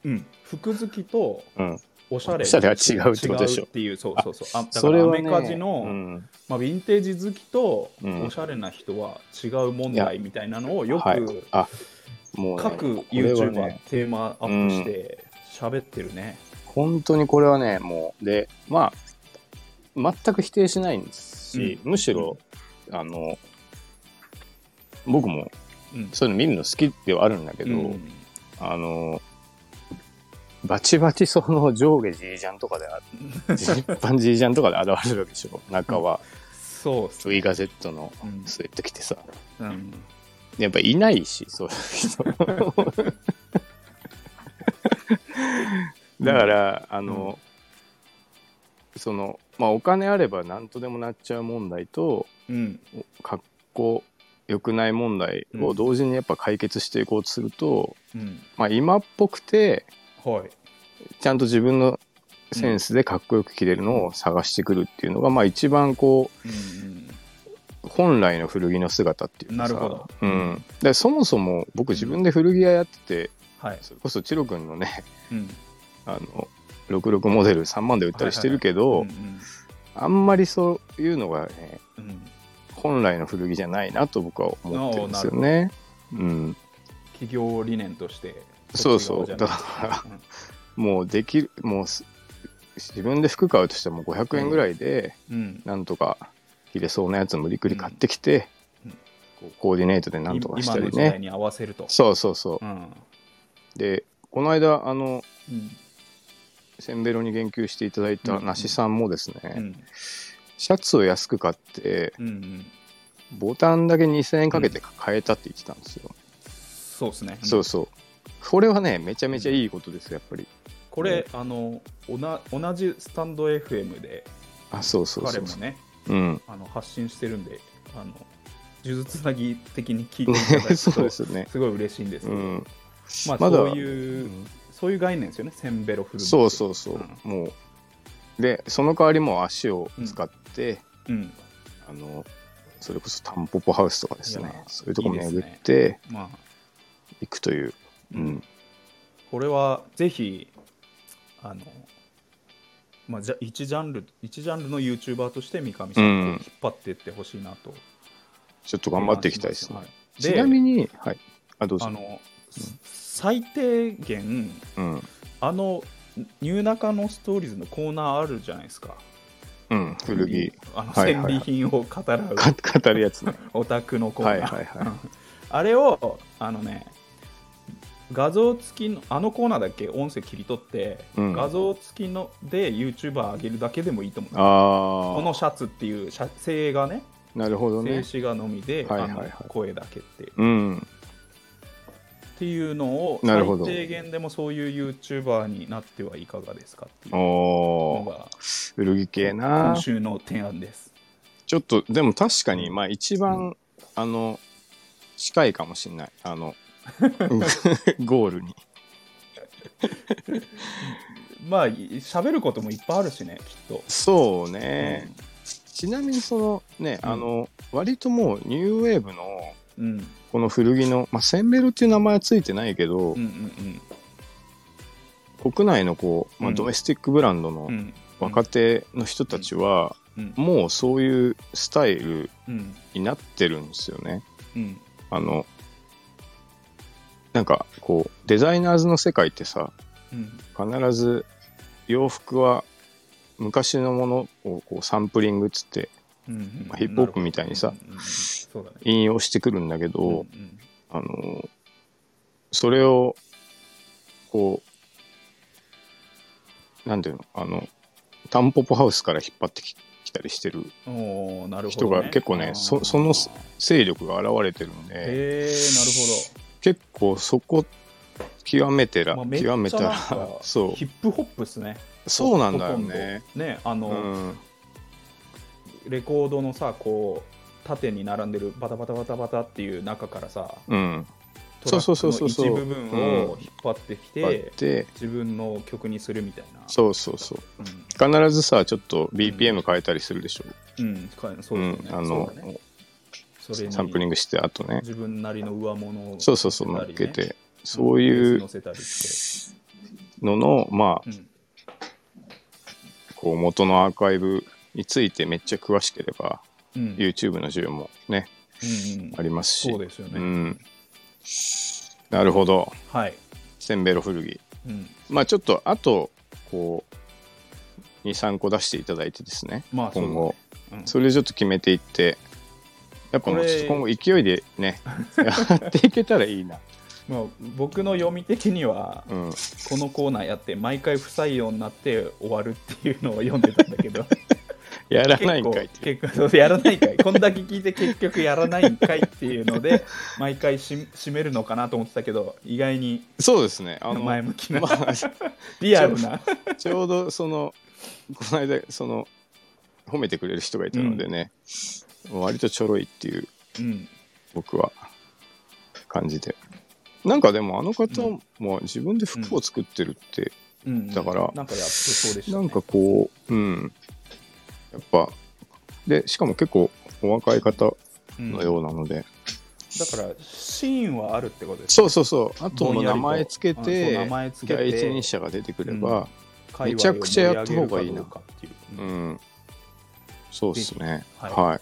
[SPEAKER 1] うん。服好きと
[SPEAKER 2] うん。
[SPEAKER 1] おしゃれ
[SPEAKER 2] おしゃれは違うってことでしょ
[SPEAKER 1] 違うっていう、そうそうそう。あだか
[SPEAKER 2] それ
[SPEAKER 1] らア
[SPEAKER 2] は
[SPEAKER 1] メ
[SPEAKER 2] ね、
[SPEAKER 1] カジの、
[SPEAKER 2] うん
[SPEAKER 1] まあ、ヴィンテージ好きと
[SPEAKER 2] うん
[SPEAKER 1] おしゃれな人は違う問題みたいなのをよ
[SPEAKER 2] はい
[SPEAKER 1] く、
[SPEAKER 2] あもう、ね、
[SPEAKER 1] 各
[SPEAKER 2] これは
[SPEAKER 1] YouTuber
[SPEAKER 2] ね、
[SPEAKER 1] テーマアップして喋ってるね。
[SPEAKER 2] 本当にこれはねもうでまあ全く否定しないんですし、むしろあの僕も
[SPEAKER 1] うん。
[SPEAKER 2] そういうの見るの好きではあるんだけど、
[SPEAKER 1] うん
[SPEAKER 2] あのバチバチその上下ジージャンとかであジーパンジージャンとかで現れるわけでしょ中は
[SPEAKER 1] そうっす
[SPEAKER 2] ウイガゼットの
[SPEAKER 1] うん
[SPEAKER 2] スウェット着てさ
[SPEAKER 1] うん
[SPEAKER 2] やっぱいないしそういう人だからあの、そのまあお金あれば何とでもなっちゃう問題と
[SPEAKER 1] うん。
[SPEAKER 2] 格好良くない問題を同時にやっぱ解決していこうとすると、
[SPEAKER 1] うん。
[SPEAKER 2] まあ今っぽくて
[SPEAKER 1] はい。
[SPEAKER 2] ちゃんと自分のセンスでかっこよく着れるのを探してくるっていうのが、まあ一番こう
[SPEAKER 1] うん
[SPEAKER 2] 本来の古着の姿っていうかさ
[SPEAKER 1] なるほど
[SPEAKER 2] うん、でそもそも僕自分で古着屋やってて、
[SPEAKER 1] はい。
[SPEAKER 2] それこそチロ君のね
[SPEAKER 1] うん。
[SPEAKER 2] あの66モデル3万で売ったりしてるけど、
[SPEAKER 1] うんうん
[SPEAKER 2] あんまりそういうのが、ね、
[SPEAKER 1] うん
[SPEAKER 2] 本来の古着じゃないなと僕は思ってるんですよね。うん、
[SPEAKER 1] 企業理念として。
[SPEAKER 2] そうそう
[SPEAKER 1] こっち側じゃなくて
[SPEAKER 2] もうできるもうす自分で服買うとしても500円ぐらいで
[SPEAKER 1] うんうん。
[SPEAKER 2] なんとか着れそうなやつ無理くり買ってきて、
[SPEAKER 1] うんうん
[SPEAKER 2] こうコーディネートでなんとかした
[SPEAKER 1] 今の
[SPEAKER 2] り
[SPEAKER 1] 時代
[SPEAKER 2] ね
[SPEAKER 1] に合わせると。。
[SPEAKER 2] そうそうそううんでこの間あの
[SPEAKER 1] うん
[SPEAKER 2] センベロに言及していただいた梨さんもですね、
[SPEAKER 1] うん。
[SPEAKER 2] シャツを安く買って
[SPEAKER 1] うんうん。
[SPEAKER 2] ボタンだけ2000円かけて買えたって言ってたんですよ。
[SPEAKER 1] そうですね。
[SPEAKER 2] そうそう。これはね、めちゃめちゃいいことですよ、やっぱり。
[SPEAKER 1] これ、あのおな同じスタンド FM で
[SPEAKER 2] あ、そうそうそ
[SPEAKER 1] 彼
[SPEAKER 2] う
[SPEAKER 1] も
[SPEAKER 2] そう。
[SPEAKER 1] ね
[SPEAKER 2] うん。
[SPEAKER 1] あの発信してるんであの呪術つなぎ的に聞いていただくと
[SPEAKER 2] そうですよね。
[SPEAKER 1] すごい嬉しいんですけ
[SPEAKER 2] う
[SPEAKER 1] ど、
[SPEAKER 2] ん。
[SPEAKER 1] まあ
[SPEAKER 2] まだ
[SPEAKER 1] そういう、そういう概念ですよねセンベロフル
[SPEAKER 2] そうそうそう
[SPEAKER 1] うん。
[SPEAKER 2] もう。で、その代わりもう足を使って、
[SPEAKER 1] う、うん、
[SPEAKER 2] あの、それこそタンポポハウスとかです
[SPEAKER 1] い
[SPEAKER 2] ね
[SPEAKER 1] や。
[SPEAKER 2] そういうとこ
[SPEAKER 1] いいです
[SPEAKER 2] 巡
[SPEAKER 1] ね
[SPEAKER 2] って
[SPEAKER 1] まあ
[SPEAKER 2] いくという。うん。
[SPEAKER 1] これはぜひあのまあじゃ一ジャンル一ジャンルの YouTuber として三上さんを引っ張っていってほしいなと、
[SPEAKER 2] ちょっと頑張っていきたいですね
[SPEAKER 1] は。い
[SPEAKER 2] ちなみに、はい。あ、どう
[SPEAKER 1] あ
[SPEAKER 2] ぞ。
[SPEAKER 1] の、最低限
[SPEAKER 2] うん。
[SPEAKER 1] あのニューナカのストーリーズのコーナーあるじゃないですか
[SPEAKER 2] うん、古着。
[SPEAKER 1] あの
[SPEAKER 2] はいはい
[SPEAKER 1] 戦
[SPEAKER 2] はい
[SPEAKER 1] 利品を語らう
[SPEAKER 2] か 語るやつね。
[SPEAKER 1] オタクのコーナ
[SPEAKER 2] は
[SPEAKER 1] ー、
[SPEAKER 2] いはいは
[SPEAKER 1] あれをあのね画像付きのあのコーナーだけ音声切り取って、
[SPEAKER 2] うん
[SPEAKER 1] 画像付きので YouTuber 上げるだけでもいいと思
[SPEAKER 2] い。
[SPEAKER 1] うこ
[SPEAKER 2] あ
[SPEAKER 1] のシャツっていうシャ静画ね
[SPEAKER 2] あ、なるほど
[SPEAKER 1] 静
[SPEAKER 2] ね。
[SPEAKER 1] 止画のみで、
[SPEAKER 2] はいはいはい
[SPEAKER 1] あの声だけっていう
[SPEAKER 2] うん。
[SPEAKER 1] っていうのを
[SPEAKER 2] な
[SPEAKER 1] 最
[SPEAKER 2] るほど
[SPEAKER 1] 低限でもそういう YouTuber になってはいかがですかっていうの
[SPEAKER 2] おー
[SPEAKER 1] が
[SPEAKER 2] 古着系な
[SPEAKER 1] 今。週の提案です。
[SPEAKER 2] ちょっと、でも確かに、まあ一番、あの、近いかもしれない。あ の、ゴールに。
[SPEAKER 1] まあい喋ることもいっぱいあるしねきっと。
[SPEAKER 2] そうね。ちなみにそのね、
[SPEAKER 1] うん
[SPEAKER 2] あの、割ともうニューウェーブの、
[SPEAKER 1] うんうん
[SPEAKER 2] この古着の、まあ、センベロっていう名前はついてないけど、
[SPEAKER 1] うんうん
[SPEAKER 2] 国内のこう、ま
[SPEAKER 1] う
[SPEAKER 2] あ、
[SPEAKER 1] ん
[SPEAKER 2] ドメスティックブランドの
[SPEAKER 1] うんうん
[SPEAKER 2] 若手の人たちは、
[SPEAKER 1] うん
[SPEAKER 2] もうそういうスタイル
[SPEAKER 1] うん
[SPEAKER 2] になってるんですよね。
[SPEAKER 1] うん
[SPEAKER 2] あの、なんかこう、デザイナーズの世界ってさ、
[SPEAKER 1] うん
[SPEAKER 2] 必ず洋服は昔のものをこうサンプリングっつって
[SPEAKER 1] うんうん
[SPEAKER 2] まあヒップホップみたいにさ
[SPEAKER 1] うんうんうんそうだね。
[SPEAKER 2] 引用してくるんだけど、
[SPEAKER 1] うん
[SPEAKER 2] あの、それを、こう、なんていうの、あの、タンポポハウスから引っ張ってききたりしてる
[SPEAKER 1] うんおーなるほど
[SPEAKER 2] 人が結構ね、そその
[SPEAKER 1] へ
[SPEAKER 2] 勢力が現れてるんで、
[SPEAKER 1] え
[SPEAKER 2] 結構そこ、極めてら、
[SPEAKER 1] なるほど。まあめっちゃ
[SPEAKER 2] 極
[SPEAKER 1] な
[SPEAKER 2] め
[SPEAKER 1] ん
[SPEAKER 2] たら
[SPEAKER 1] か、
[SPEAKER 2] そ
[SPEAKER 1] ヒップホップっすね。
[SPEAKER 2] う、そうなんだよね。
[SPEAKER 1] ほとんど。ねあ
[SPEAKER 2] う
[SPEAKER 1] の、
[SPEAKER 2] ん、
[SPEAKER 1] レコードのさこう縦に並んでるバタバタバタバタっていう中からさ
[SPEAKER 2] うん。
[SPEAKER 1] トラ
[SPEAKER 2] そうそう
[SPEAKER 1] ッ
[SPEAKER 2] そ
[SPEAKER 1] クの
[SPEAKER 2] うそう
[SPEAKER 1] 一部分を引っ張ってき
[SPEAKER 2] あってて、
[SPEAKER 1] 自分の曲にするみたいな
[SPEAKER 2] そうそうそう。
[SPEAKER 1] うん
[SPEAKER 2] 必ずさ、ちょっと BPM 変えたりするでしょ。、
[SPEAKER 1] うんかそううんですよね
[SPEAKER 2] あ
[SPEAKER 1] そう
[SPEAKER 2] の、
[SPEAKER 1] だねそれに
[SPEAKER 2] サンプリングして、あとね。
[SPEAKER 1] 自分なりの上物を
[SPEAKER 2] そうそうそう、乗
[SPEAKER 1] 乗
[SPEAKER 2] っ
[SPEAKER 1] せたりね
[SPEAKER 2] けて、そうい
[SPEAKER 1] 乗
[SPEAKER 2] う
[SPEAKER 1] せたりして
[SPEAKER 2] のの、まあ、
[SPEAKER 1] うん
[SPEAKER 2] こう、元のアーカイブについてめっちゃ詳しければ、
[SPEAKER 1] うんうん
[SPEAKER 2] YouTube の需要もね、
[SPEAKER 1] うん
[SPEAKER 2] ありますし。
[SPEAKER 1] そうですよね
[SPEAKER 2] ん。なるほど。
[SPEAKER 1] はい
[SPEAKER 2] せんべろ古着。
[SPEAKER 1] うん
[SPEAKER 2] まあ、ちょっと、あと、こう、2、3個出していただいてですね、
[SPEAKER 1] まあそうだ
[SPEAKER 2] 今
[SPEAKER 1] ね
[SPEAKER 2] 後。
[SPEAKER 1] うん
[SPEAKER 2] それでちょっと決めていって、やっぱもう
[SPEAKER 1] こ
[SPEAKER 2] ちょ
[SPEAKER 1] れ
[SPEAKER 2] っと今後勢いでね、 やっていけたらいいな。
[SPEAKER 1] まあ僕の読み的には
[SPEAKER 2] うん。
[SPEAKER 1] このコーナーやって毎回不採用になって終わるっていうのを読んでたんだ けど
[SPEAKER 2] やら
[SPEAKER 1] 結
[SPEAKER 2] ないん
[SPEAKER 1] 構
[SPEAKER 2] かいっていう。
[SPEAKER 1] 結構そうやらないんかいこんだけ聞いて結局やらないんかいっていうので毎回し締めるのかなと思ってたけど意外に
[SPEAKER 2] そうですね。あの、
[SPEAKER 1] 前向きな
[SPEAKER 2] まあ、
[SPEAKER 1] リアルな
[SPEAKER 2] ちょうどそのこの間その褒めてくれる人がいたのでね、割とちょろいっていう
[SPEAKER 1] うん
[SPEAKER 2] 僕は感じでなんかでもあの方も自分で服を作ってるって、
[SPEAKER 1] うん
[SPEAKER 2] だから
[SPEAKER 1] なんかやってそうでした、ね、
[SPEAKER 2] なんかこううんやっぱでしかも結構お若い方
[SPEAKER 1] うん
[SPEAKER 2] のようなので、
[SPEAKER 1] だからシーンはあるってことです
[SPEAKER 2] そうそうそうあとの名前つけ
[SPEAKER 1] ぼんやり
[SPEAKER 2] て
[SPEAKER 1] とうんそう名前つけて
[SPEAKER 2] 第一人者が出てくれば
[SPEAKER 1] 界
[SPEAKER 2] めちゃ
[SPEAKER 1] 隈を
[SPEAKER 2] く
[SPEAKER 1] 盛
[SPEAKER 2] ち
[SPEAKER 1] り
[SPEAKER 2] ゃ
[SPEAKER 1] 上
[SPEAKER 2] やった
[SPEAKER 1] げる
[SPEAKER 2] 方
[SPEAKER 1] か
[SPEAKER 2] がいいな
[SPEAKER 1] どうかっていう
[SPEAKER 2] う
[SPEAKER 1] うん
[SPEAKER 2] ん、そうですね
[SPEAKER 1] ひはい
[SPEAKER 2] はい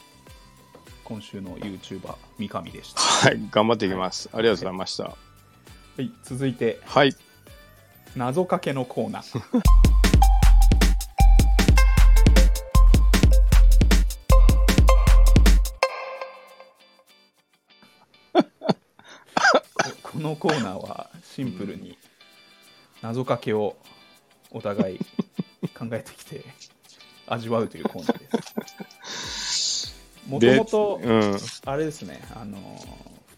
[SPEAKER 1] 今週の YouTuber 三上でした、は
[SPEAKER 2] はい、頑張っていきます。ありがとうございました。
[SPEAKER 1] い、続いて
[SPEAKER 2] はい、
[SPEAKER 1] 謎かけのコーナーここのコーナーはシンプルに謎かけをお互い考えてきて味わうというコーナーですもと
[SPEAKER 2] で
[SPEAKER 1] もと
[SPEAKER 2] うん、
[SPEAKER 1] あれですねあの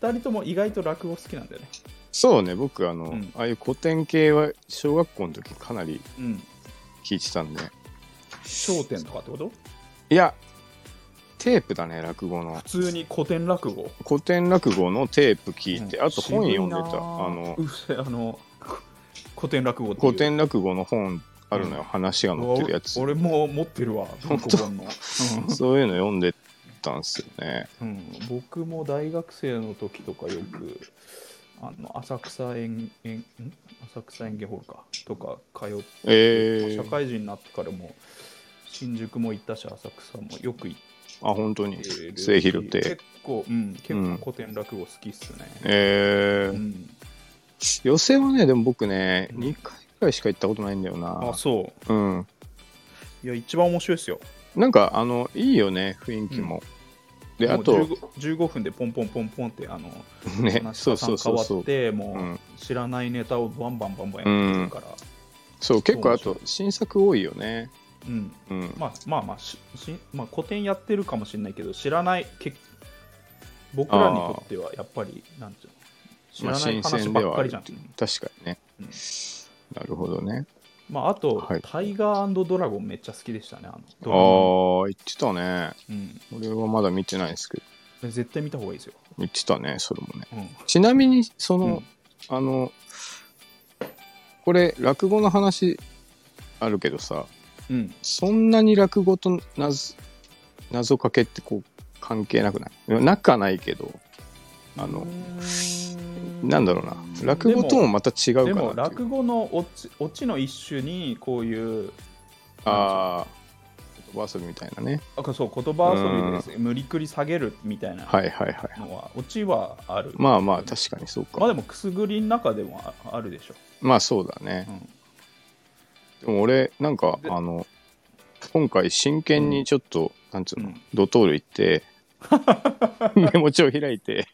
[SPEAKER 1] 2人とも意外と落語好きなんだよね
[SPEAKER 2] そうね、僕、あの、
[SPEAKER 1] うん
[SPEAKER 2] ああいう古典系は小学校の時かなり
[SPEAKER 1] うん
[SPEAKER 2] 聞いてたんで。
[SPEAKER 1] 『笑点』とかってこと
[SPEAKER 2] いや、テープだね、落語の。
[SPEAKER 1] 普通に古典落語
[SPEAKER 2] 古典落語のテープ聞いて、
[SPEAKER 1] うん
[SPEAKER 2] あと本読んでた。あ
[SPEAKER 1] 渋いなあ
[SPEAKER 2] の、
[SPEAKER 1] うっせあのこ古典落語っていう
[SPEAKER 2] 古典落語の本あるのよ、話が載ってるやつ
[SPEAKER 1] うわ。俺も持ってるわ文庫本の、うん
[SPEAKER 2] そういうの読んでたんですよね。
[SPEAKER 1] うん僕も大学生の時とかよくあの浅草園園ん浅草園芸ホールかとか通って、
[SPEAKER 2] え
[SPEAKER 1] 社
[SPEAKER 2] ー、
[SPEAKER 1] 会人になってからも新宿も行ったし浅草もよく行っ
[SPEAKER 2] あ、本当に
[SPEAKER 1] てる。し
[SPEAKER 2] 末広
[SPEAKER 1] 結
[SPEAKER 2] 亭。
[SPEAKER 1] 構、うん、結
[SPEAKER 2] うん
[SPEAKER 1] 構古典落語好きっすね、
[SPEAKER 2] え
[SPEAKER 1] う
[SPEAKER 2] ー、
[SPEAKER 1] ん
[SPEAKER 2] 寄席はね、でも僕ね、
[SPEAKER 1] うん
[SPEAKER 2] 2回ぐらいしか行ったことないんだよな
[SPEAKER 1] あ。そう
[SPEAKER 2] うん。
[SPEAKER 1] いや一番面白いっすよ
[SPEAKER 2] なんか、あの、いいよね、雰囲気も。で、あ
[SPEAKER 1] もう
[SPEAKER 2] と、
[SPEAKER 1] 15 15分でポンポンポンポンってあの
[SPEAKER 2] ね、
[SPEAKER 1] 話し
[SPEAKER 2] そう
[SPEAKER 1] 方
[SPEAKER 2] そう
[SPEAKER 1] が変
[SPEAKER 2] そう
[SPEAKER 1] わ
[SPEAKER 2] そう
[SPEAKER 1] っ。て
[SPEAKER 2] う
[SPEAKER 1] も
[SPEAKER 2] ん
[SPEAKER 1] う知らないネタをバンバンバンバンやってるから、
[SPEAKER 2] そう、結構あと、新作多いよね。
[SPEAKER 1] うん
[SPEAKER 2] うん。
[SPEAKER 1] まあまあまあしし、まあ、古典やってるかもしれないけど知らないけ僕らにとってはやっぱりなんていうの知ら
[SPEAKER 2] まあ
[SPEAKER 1] ない
[SPEAKER 2] 新
[SPEAKER 1] 話
[SPEAKER 2] 鮮で
[SPEAKER 1] ばっ
[SPEAKER 2] は
[SPEAKER 1] か
[SPEAKER 2] あ
[SPEAKER 1] り
[SPEAKER 2] る
[SPEAKER 1] じゃん、まあ
[SPEAKER 2] 確かにね
[SPEAKER 1] うん。
[SPEAKER 2] なるほどね。
[SPEAKER 1] あ、と、
[SPEAKER 2] はい
[SPEAKER 1] タイガードラゴン」めっちゃ好きでしたねあの
[SPEAKER 2] ああ
[SPEAKER 1] ドラゴ
[SPEAKER 2] ー、言ってたね。
[SPEAKER 1] ンうん
[SPEAKER 2] 俺はまだ見てないですけど、
[SPEAKER 1] で絶対見た方がいいですよ、
[SPEAKER 2] 言ってたね、それもね。
[SPEAKER 1] うん
[SPEAKER 2] ちなみに、その、
[SPEAKER 1] うん
[SPEAKER 2] あの、これ、落語の話あるけどさ、
[SPEAKER 1] うん、
[SPEAKER 2] そんなに落語と謎謎かけってこう関係なくないなくはないけど、あの、なんだろうな、落語ともまた違うかなってい
[SPEAKER 1] で
[SPEAKER 2] う。
[SPEAKER 1] も落語のオチオチの一種にこういう
[SPEAKER 2] ああ、言葉遊びみたいなね。
[SPEAKER 1] あそう言葉遊びです、無理くり下げるみたいな
[SPEAKER 2] はいはいはい。
[SPEAKER 1] のは、オチはある、
[SPEAKER 2] まあまあ、確かにそうか。
[SPEAKER 1] まあでもくすぐりの中でもああるでしょ、
[SPEAKER 2] まあそうだね。
[SPEAKER 1] うん
[SPEAKER 2] でも俺なんか
[SPEAKER 1] で
[SPEAKER 2] あの今回真剣にちょっと、なんつうの、
[SPEAKER 1] うん
[SPEAKER 2] ドトール行って メモ帳開いて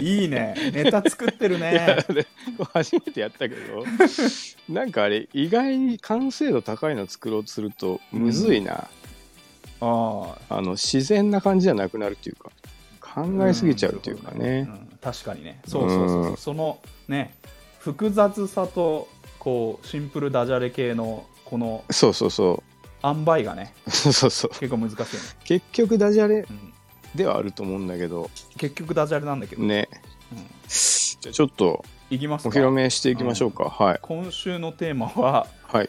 [SPEAKER 1] いいねネタ作って る
[SPEAKER 2] いや
[SPEAKER 1] ね
[SPEAKER 2] で初めてやったけどなんかあれ意外に完成度高いの作ろうとするとむずいな、
[SPEAKER 1] ああ
[SPEAKER 2] あの自然な感じじゃなくなるっていうか考えすぎちゃうっていうかね
[SPEAKER 1] んうん確かにねそうそうそうそう
[SPEAKER 2] うん
[SPEAKER 1] そのね複雑さとこうシンプルダジャレ系のこの
[SPEAKER 2] そうそうそ
[SPEAKER 1] 塩梅がね
[SPEAKER 2] うそうそうそう
[SPEAKER 1] 結構難しいよね、
[SPEAKER 2] 結局ダジャレ
[SPEAKER 1] うん
[SPEAKER 2] ではあると思うんだけど
[SPEAKER 1] 結局ダジャレなんだけど、
[SPEAKER 2] ね
[SPEAKER 1] うん
[SPEAKER 2] じゃあちょっと
[SPEAKER 1] いきます
[SPEAKER 2] お披露
[SPEAKER 1] か
[SPEAKER 2] 目していきましょうか、はい
[SPEAKER 1] 今週のテーマは
[SPEAKER 2] はい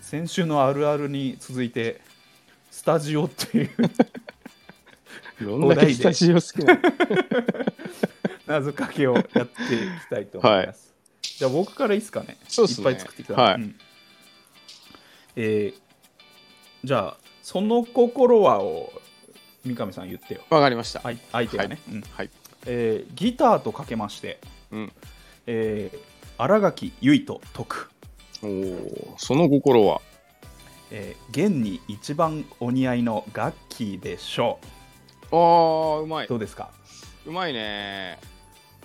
[SPEAKER 1] 先週のあるあるに続いてスタジオっていう
[SPEAKER 2] どんだけスタジオ好きなの
[SPEAKER 1] 謎かけをやっていきたいと思います、じゃあ僕からいいですかね
[SPEAKER 2] そうっすね
[SPEAKER 1] いっぱい作ってきたんで
[SPEAKER 2] はい
[SPEAKER 1] うんえーじゃあ「その心は」を三上さん言ってよ
[SPEAKER 2] わかりました。
[SPEAKER 1] あい相手がね、うん
[SPEAKER 2] はい。
[SPEAKER 1] えーギターとかけまして、
[SPEAKER 2] うん。
[SPEAKER 1] えー、新垣結衣と解く、
[SPEAKER 2] おお、その心は。
[SPEAKER 1] えー現に一番お似合いのガッキーでしょ
[SPEAKER 2] ああ、うまいう
[SPEAKER 1] ど。うですか
[SPEAKER 2] うまいね。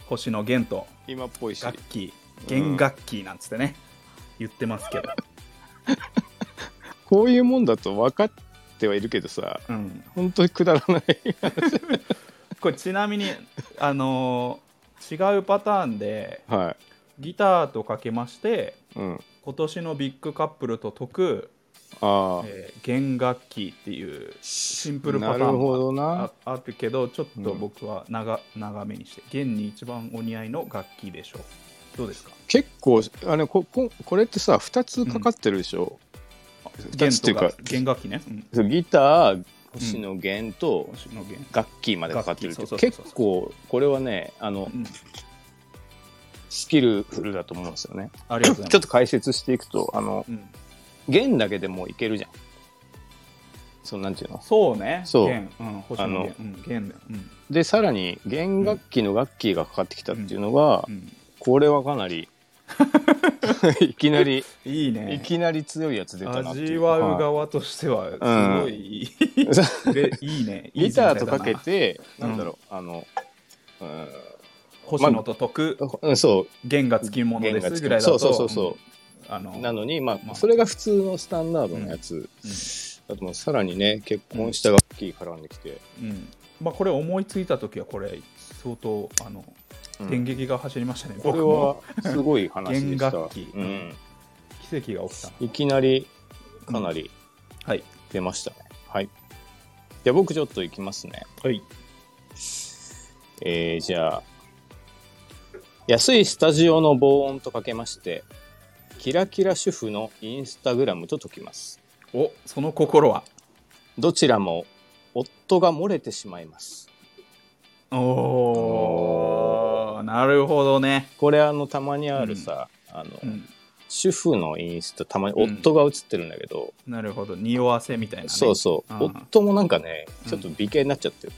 [SPEAKER 1] 星野源と
[SPEAKER 2] 今っぽいし。
[SPEAKER 1] 楽器
[SPEAKER 2] うん
[SPEAKER 1] 弦楽器なんつってね、言ってますけど、
[SPEAKER 2] こういうもんだと分かってはいるけどさ、
[SPEAKER 1] うん、
[SPEAKER 2] 本当にくだらない。
[SPEAKER 1] これちなみにあのー違うパターンで
[SPEAKER 2] は
[SPEAKER 1] ギターとかけまして
[SPEAKER 2] い。うん。
[SPEAKER 1] 今年のビッグカップルと解く、
[SPEAKER 2] ああ、
[SPEAKER 1] えー弦楽器っていうシンプルパタ
[SPEAKER 2] な
[SPEAKER 1] ー
[SPEAKER 2] るほ
[SPEAKER 1] ンも
[SPEAKER 2] ど
[SPEAKER 1] あ
[SPEAKER 2] な。
[SPEAKER 1] あるけどちょっと
[SPEAKER 2] うん
[SPEAKER 1] 僕は長,、長めにして弦に一番お似合いの楽器でしょうどうですか
[SPEAKER 2] 結構、あれ、こ、こ、これってさ、二つかかってるでしょ。二
[SPEAKER 1] 弦
[SPEAKER 2] つってい
[SPEAKER 1] と
[SPEAKER 2] うか
[SPEAKER 1] か弦楽器ね、うん、
[SPEAKER 2] ギター、星野源と
[SPEAKER 1] 星野源
[SPEAKER 2] 楽器までかかってるけど。
[SPEAKER 1] 楽器
[SPEAKER 2] 結
[SPEAKER 1] そうそうそうそう
[SPEAKER 2] 構、これはね、あの
[SPEAKER 1] う、ん
[SPEAKER 2] スキルフルだと思うんですよね。
[SPEAKER 1] あり
[SPEAKER 2] ち
[SPEAKER 1] が
[SPEAKER 2] ょ
[SPEAKER 1] とうござ
[SPEAKER 2] っ
[SPEAKER 1] います
[SPEAKER 2] と解説していくと、あの、
[SPEAKER 1] うん
[SPEAKER 2] 弦だけでもういけるじゃん。そうなんていうの
[SPEAKER 1] そうね。
[SPEAKER 2] そう
[SPEAKER 1] 弦うん、星野源。うん、弦だよ。うん。
[SPEAKER 2] でさらに弦楽器の楽器がかかってきたっていうのは、
[SPEAKER 1] うん
[SPEAKER 2] これはかな りいきなり、
[SPEAKER 1] いい
[SPEAKER 2] い
[SPEAKER 1] ね。
[SPEAKER 2] きなり強いやつ出たなってい
[SPEAKER 1] 味
[SPEAKER 2] う
[SPEAKER 1] わう
[SPEAKER 2] は
[SPEAKER 1] 側としては、すごいいい、
[SPEAKER 2] い
[SPEAKER 1] でいいね。 いい
[SPEAKER 2] ギターとかけ
[SPEAKER 1] 全体だな、
[SPEAKER 2] て
[SPEAKER 1] うん
[SPEAKER 2] なんだろう、あのうん
[SPEAKER 1] 星野と徳、
[SPEAKER 2] うんそ
[SPEAKER 1] 弦がつきも
[SPEAKER 2] う
[SPEAKER 1] ので
[SPEAKER 2] 弦が
[SPEAKER 1] す
[SPEAKER 2] つ
[SPEAKER 1] ぐ
[SPEAKER 2] く
[SPEAKER 1] らいだ
[SPEAKER 2] そ
[SPEAKER 1] と。
[SPEAKER 2] うそうそうそ
[SPEAKER 1] うん。あの、
[SPEAKER 2] うなのにま
[SPEAKER 1] まあ
[SPEAKER 2] あそれが普通のスタンダードのやつ、あともうさらにね結婚した楽器絡んできて、
[SPEAKER 1] うん。うんまあ、これ思いついた時は、これ、相当、あの、
[SPEAKER 2] うん
[SPEAKER 1] 電撃が走りましたね。
[SPEAKER 2] これはすごい話でした
[SPEAKER 1] 弦楽器
[SPEAKER 2] うん、
[SPEAKER 1] 僕も奇跡が起きた。
[SPEAKER 2] いきなりかなり、
[SPEAKER 1] はい。
[SPEAKER 2] 出ましたね。はい。じゃあ僕ちょっと行きますね。
[SPEAKER 1] はい。
[SPEAKER 2] えー、じゃあ、安いスタジオの防音とかけまして、キラキラ主婦のインスタグラムと解きます。
[SPEAKER 1] お、その心は。
[SPEAKER 2] どちらも夫が漏れてしまいます。
[SPEAKER 1] おー、なるほどね。
[SPEAKER 2] これあのたまにあるさ、あの、
[SPEAKER 1] うん。
[SPEAKER 2] 主婦のインスタたまに夫が写ってるんだけど、
[SPEAKER 1] なるほど。匂わせみたいな、ね。
[SPEAKER 2] そうそう、
[SPEAKER 1] うん
[SPEAKER 2] 夫もなんかねちょっと美形になっちゃ ってる、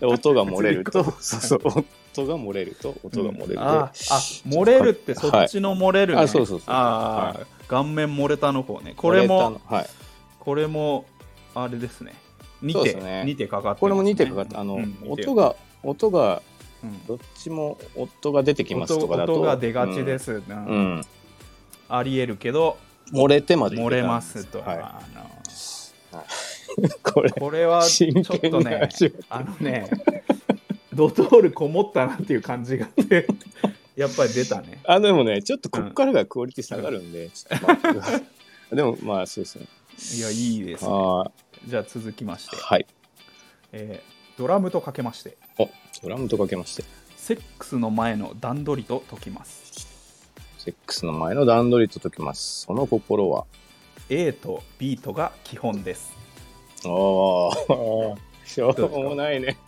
[SPEAKER 2] で音が漏れるとそうそう夫が漏れると音が漏れるで、
[SPEAKER 1] ああ漏れるってそっちの漏れる、ね
[SPEAKER 2] はいあそうそうそう
[SPEAKER 1] ああ、顔面漏れたの方ねこれ
[SPEAKER 2] レター
[SPEAKER 1] も
[SPEAKER 2] のはい
[SPEAKER 1] これもあれですね2
[SPEAKER 2] そうで
[SPEAKER 1] 手
[SPEAKER 2] すね
[SPEAKER 1] 二手かかってますね
[SPEAKER 2] これも2点かかってあの、
[SPEAKER 1] うん二手
[SPEAKER 2] 音が音が
[SPEAKER 1] うん
[SPEAKER 2] どっちも音が出てきます
[SPEAKER 1] 音
[SPEAKER 2] とかだと
[SPEAKER 1] 音が出がちです、う
[SPEAKER 2] うん、
[SPEAKER 1] ん
[SPEAKER 2] うん
[SPEAKER 1] ありえるけど
[SPEAKER 2] 漏れてまでいけた
[SPEAKER 1] 漏れますと、
[SPEAKER 2] は
[SPEAKER 1] あの
[SPEAKER 2] い、これ
[SPEAKER 1] これはち
[SPEAKER 2] 真
[SPEAKER 1] ょ
[SPEAKER 2] 剣
[SPEAKER 1] っと
[SPEAKER 2] に
[SPEAKER 1] ね
[SPEAKER 2] 味わって
[SPEAKER 1] あのねドトールこもったなっていう感じがあってやっぱり出たね
[SPEAKER 2] あでもねちょっとこっからがクオリティ下がるんで、ちょっと待ってください でもまあそう ですね
[SPEAKER 1] いやいいですね
[SPEAKER 2] あー
[SPEAKER 1] じゃあ続きまして、
[SPEAKER 2] はい
[SPEAKER 1] えードラムとかけまして
[SPEAKER 2] おドラムとかけまして
[SPEAKER 1] セックスの前の段取りと解きます
[SPEAKER 2] セックスの前の段取りと解きますその心は
[SPEAKER 1] A と B とが基本です
[SPEAKER 2] ああしょうもないね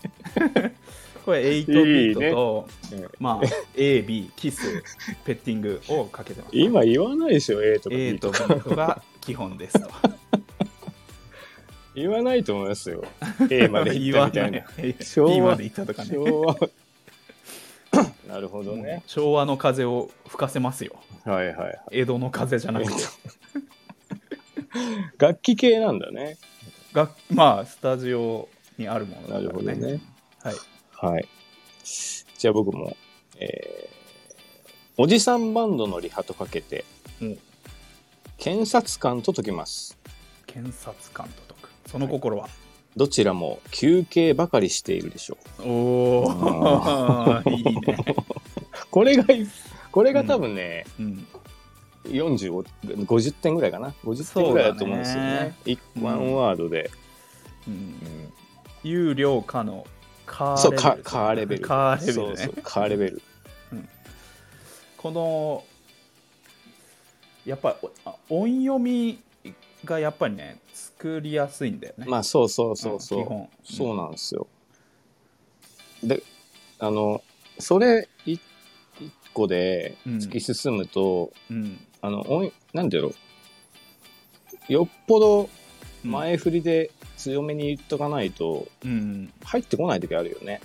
[SPEAKER 1] これ8ビ
[SPEAKER 2] いい
[SPEAKER 1] ー
[SPEAKER 2] ね
[SPEAKER 1] トと
[SPEAKER 2] うん
[SPEAKER 1] まあ AB キスペッティングをかけてます
[SPEAKER 2] 今言わないでしょ A とか
[SPEAKER 1] A
[SPEAKER 2] B
[SPEAKER 1] と
[SPEAKER 2] と
[SPEAKER 1] B
[SPEAKER 2] か
[SPEAKER 1] とが基本ですと
[SPEAKER 2] 言わないと思います よ A まで行ったみたいな
[SPEAKER 1] 言わない B まで行ったとかね
[SPEAKER 2] 昭和 なるほどね
[SPEAKER 1] もう昭和の風を吹かせますよ
[SPEAKER 2] はいはいはい
[SPEAKER 1] 江戸の風じゃなくて
[SPEAKER 2] 江楽器系なんだね
[SPEAKER 1] がまあスタジオにあるものだから
[SPEAKER 2] な
[SPEAKER 1] ね
[SPEAKER 2] るほどね
[SPEAKER 1] はい
[SPEAKER 2] はいじゃあ僕もえーおじさんバンドのリハとかけて、
[SPEAKER 1] うん
[SPEAKER 2] 検察官と解きます
[SPEAKER 1] 検察官と解くその心は、
[SPEAKER 2] どちらも休憩ばかりしているでしょう
[SPEAKER 1] おお いいね、
[SPEAKER 2] これがこれが多分ね、
[SPEAKER 1] うん、
[SPEAKER 2] 45 50点ぐらいかな50点ぐらいだと思うんですよ
[SPEAKER 1] そうだ
[SPEAKER 2] ね
[SPEAKER 1] ね
[SPEAKER 2] 一ワンワードで、
[SPEAKER 1] うん有料化のカ
[SPEAKER 2] そ
[SPEAKER 1] ーレ
[SPEAKER 2] う
[SPEAKER 1] ベル
[SPEAKER 2] カカーレベル
[SPEAKER 1] カーレベル
[SPEAKER 2] そう
[SPEAKER 1] ね
[SPEAKER 2] そうカーレベル
[SPEAKER 1] このやっぱりおあ音読みがやっぱりね作りやすいんだよね、
[SPEAKER 2] まあそうそうそうそう、
[SPEAKER 1] ん基本
[SPEAKER 2] そうなんですよであのそれ一一個で
[SPEAKER 1] うん
[SPEAKER 2] 突き進むと、
[SPEAKER 1] うん
[SPEAKER 2] あのおいなんだろうよっぽど
[SPEAKER 1] うん
[SPEAKER 2] 前振りで強めに言っとかないと
[SPEAKER 1] うん
[SPEAKER 2] 入ってこない時あるよね、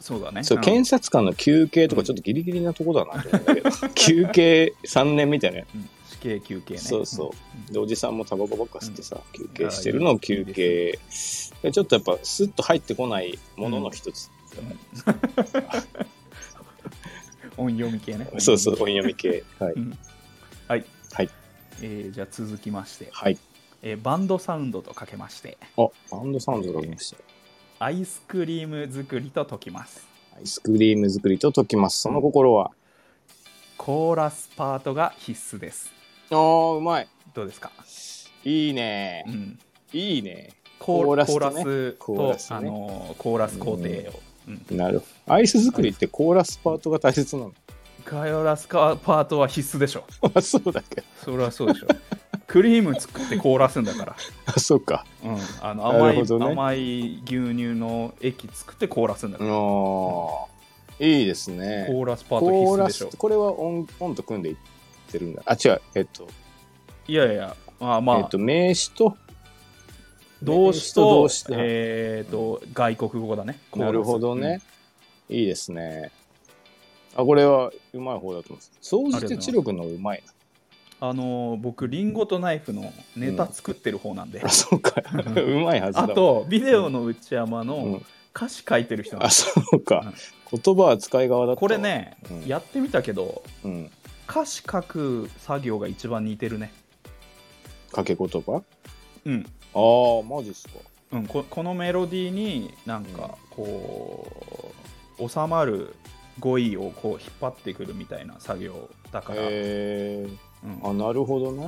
[SPEAKER 1] そうだね
[SPEAKER 2] そう検察官の休憩とかちょっとギリギリなとこだなと思うんだけど、 休憩3年みたいな
[SPEAKER 1] うんうん死刑休憩ね
[SPEAKER 2] そうそでおじさんもタバコばっか吸ってさ、休憩してる
[SPEAKER 1] ああ
[SPEAKER 2] の
[SPEAKER 1] いい
[SPEAKER 2] を休憩でちょっとやっぱスッと入ってこないものの一つ、
[SPEAKER 1] うん、音読み 系ね
[SPEAKER 2] そうそう音読み系はい、
[SPEAKER 1] うんはい、
[SPEAKER 2] はい
[SPEAKER 1] えーじゃあ続きまして、
[SPEAKER 2] はい、
[SPEAKER 1] えーバンドサウンドとかけまして
[SPEAKER 2] あバンドサウンドがありました
[SPEAKER 1] アイスクリーム作りと解きます
[SPEAKER 2] アイスクリーム作りと解きますその心は、
[SPEAKER 1] コーラスパートが必須です
[SPEAKER 2] あーうまい
[SPEAKER 1] どうですか、
[SPEAKER 2] いいね
[SPEAKER 1] うん、
[SPEAKER 2] いいね
[SPEAKER 1] コ
[SPEAKER 2] コ
[SPEAKER 1] ー
[SPEAKER 2] ーラ
[SPEAKER 1] コー
[SPEAKER 2] スと
[SPEAKER 1] ラ
[SPEAKER 2] ね
[SPEAKER 1] スと
[SPEAKER 2] コーラスね
[SPEAKER 1] あのーコーラス工程を、うん
[SPEAKER 2] なるほどアイス作りってコーラスパートが大切なの
[SPEAKER 1] カヨラスカパートは必須でしょ
[SPEAKER 2] あそうだっけ
[SPEAKER 1] それはそうでしょ クリーム作って凍らすんだから、
[SPEAKER 2] あそうか
[SPEAKER 1] うん、あの甘、
[SPEAKER 2] ないるほどね
[SPEAKER 1] 甘い牛乳の液作って凍らすんだ
[SPEAKER 2] あ
[SPEAKER 1] から、
[SPEAKER 2] ーいいですね
[SPEAKER 1] コーラスパート
[SPEAKER 2] コー
[SPEAKER 1] 必須
[SPEAKER 2] ラ
[SPEAKER 1] でし
[SPEAKER 2] ス
[SPEAKER 1] ょ
[SPEAKER 2] これは音音と組んでいってるんだあ違うえっと
[SPEAKER 1] いやいやあまあ、
[SPEAKER 2] えっと、名詞と
[SPEAKER 1] 動詞と
[SPEAKER 2] 動詞と
[SPEAKER 1] えーと外国語だねコーラ
[SPEAKER 2] な
[SPEAKER 1] ス
[SPEAKER 2] るほどね、いいですねあこれはうまい方だと思います総じて知力のうまい な
[SPEAKER 1] うんあのー僕リンゴとナイフのネタ作ってる方なんで、
[SPEAKER 2] あそうか うまいはずだ
[SPEAKER 1] あとビデオの内山
[SPEAKER 2] う
[SPEAKER 1] の
[SPEAKER 2] ん、
[SPEAKER 1] 歌詞書いてる人なん
[SPEAKER 2] あ
[SPEAKER 1] です、
[SPEAKER 2] そうか、言葉は使い側だったわ
[SPEAKER 1] これ、ね、
[SPEAKER 2] うん
[SPEAKER 1] やってみたけど
[SPEAKER 2] うん、
[SPEAKER 1] 歌詞書く作業が一番似てるね
[SPEAKER 2] 掛け言葉
[SPEAKER 1] うん、
[SPEAKER 2] ああマジっすか
[SPEAKER 1] うん、ここのメロディーになんかこう収まる語彙をこう引っ張ってくるみたいな作業だから、
[SPEAKER 2] へえ
[SPEAKER 1] うん
[SPEAKER 2] あなるほどね、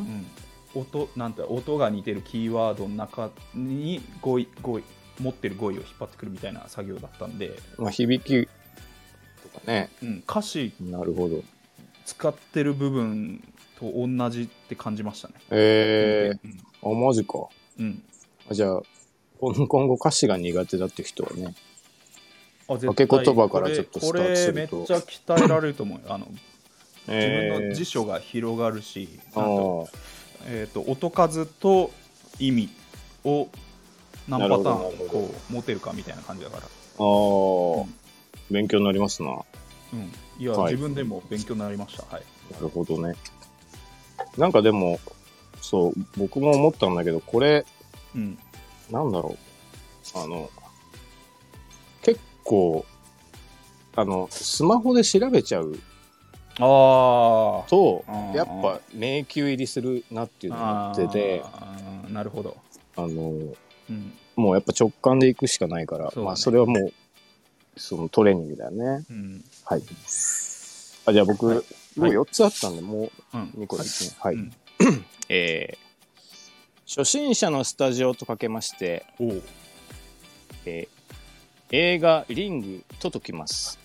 [SPEAKER 1] うん、音なんて音が似てるキーワードの中に語彙語彙持ってる語彙を引っ張ってくるみたいな作業だったんで、
[SPEAKER 2] まあ、響きとかね
[SPEAKER 1] うん、歌詞
[SPEAKER 2] なるほど
[SPEAKER 1] 使ってる部分と同じって感じましたね。
[SPEAKER 2] へえ
[SPEAKER 1] うん
[SPEAKER 2] あマジか
[SPEAKER 1] うん、
[SPEAKER 2] あじゃあ今今後歌詞が苦手だって人はね
[SPEAKER 1] あ絶
[SPEAKER 2] かけ言葉からちょっとスタートすると
[SPEAKER 1] これこれめっちゃ鍛えられると思うよあの自分
[SPEAKER 2] え
[SPEAKER 1] の
[SPEAKER 2] ー
[SPEAKER 1] 辞書が広がるし、
[SPEAKER 2] あ
[SPEAKER 1] なんと
[SPEAKER 2] ー
[SPEAKER 1] えー、と音数と意味を何パタ
[SPEAKER 2] なる
[SPEAKER 1] ーン
[SPEAKER 2] ほどなるほど
[SPEAKER 1] こう持てるかみたいな感じだから、
[SPEAKER 2] あー、
[SPEAKER 1] うん
[SPEAKER 2] 勉強になりますなな
[SPEAKER 1] うん、いや、
[SPEAKER 2] はい
[SPEAKER 1] 自分でも勉強になりました。はい
[SPEAKER 2] るほどねなんかでも、そう、僕も思ったんだけど、これ、
[SPEAKER 1] うん
[SPEAKER 2] なんだろう。あの、結構、あの、スマホで調べちゃう
[SPEAKER 1] あー
[SPEAKER 2] と
[SPEAKER 1] うん、
[SPEAKER 2] やっぱ迷宮入りするなっていうのがあってて、
[SPEAKER 1] あーなるほど、
[SPEAKER 2] あの、
[SPEAKER 1] うん
[SPEAKER 2] もうやっぱ直感で行くしかないから、
[SPEAKER 1] そうだね
[SPEAKER 2] まあそれはもう、そのトレーニングだよね。
[SPEAKER 1] うん
[SPEAKER 2] はい。あ、じゃあ僕、
[SPEAKER 1] はい
[SPEAKER 2] もう4つあったんで、も
[SPEAKER 1] うん、
[SPEAKER 2] う2個ですね。はい。
[SPEAKER 1] うん
[SPEAKER 2] えー初心者のスタジオとかけまして、
[SPEAKER 1] おう
[SPEAKER 2] えー映画リングと解きます。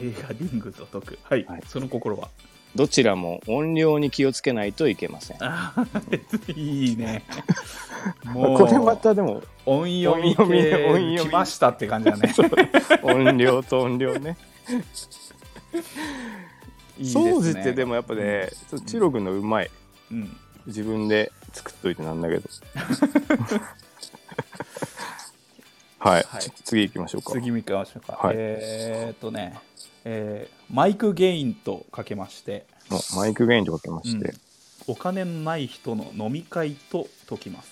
[SPEAKER 1] 映画「リングと解く」はい、
[SPEAKER 2] はい
[SPEAKER 1] その心は
[SPEAKER 2] どちらも音量に気をつけないといけません。
[SPEAKER 1] あーい いねもう
[SPEAKER 2] これまたでも
[SPEAKER 1] 音読み
[SPEAKER 2] 音読み
[SPEAKER 1] 系
[SPEAKER 2] 音読み
[SPEAKER 1] 来ましたって感じだね
[SPEAKER 2] 音量と音量 ね。
[SPEAKER 1] いいですね
[SPEAKER 2] 掃除ってでもやっぱね、ちょっとチロ君のうまい
[SPEAKER 1] うん
[SPEAKER 2] 自分で作っといてなんだ けど。はい、
[SPEAKER 1] はい
[SPEAKER 2] ちょっと次行きましょうか。
[SPEAKER 1] 次見かましょうか、
[SPEAKER 2] はい
[SPEAKER 1] えー、っとね、えーマイクゲインとかけまして
[SPEAKER 2] もうマイクゲインとかけまして、
[SPEAKER 1] うんお金のない人の飲み会と解きます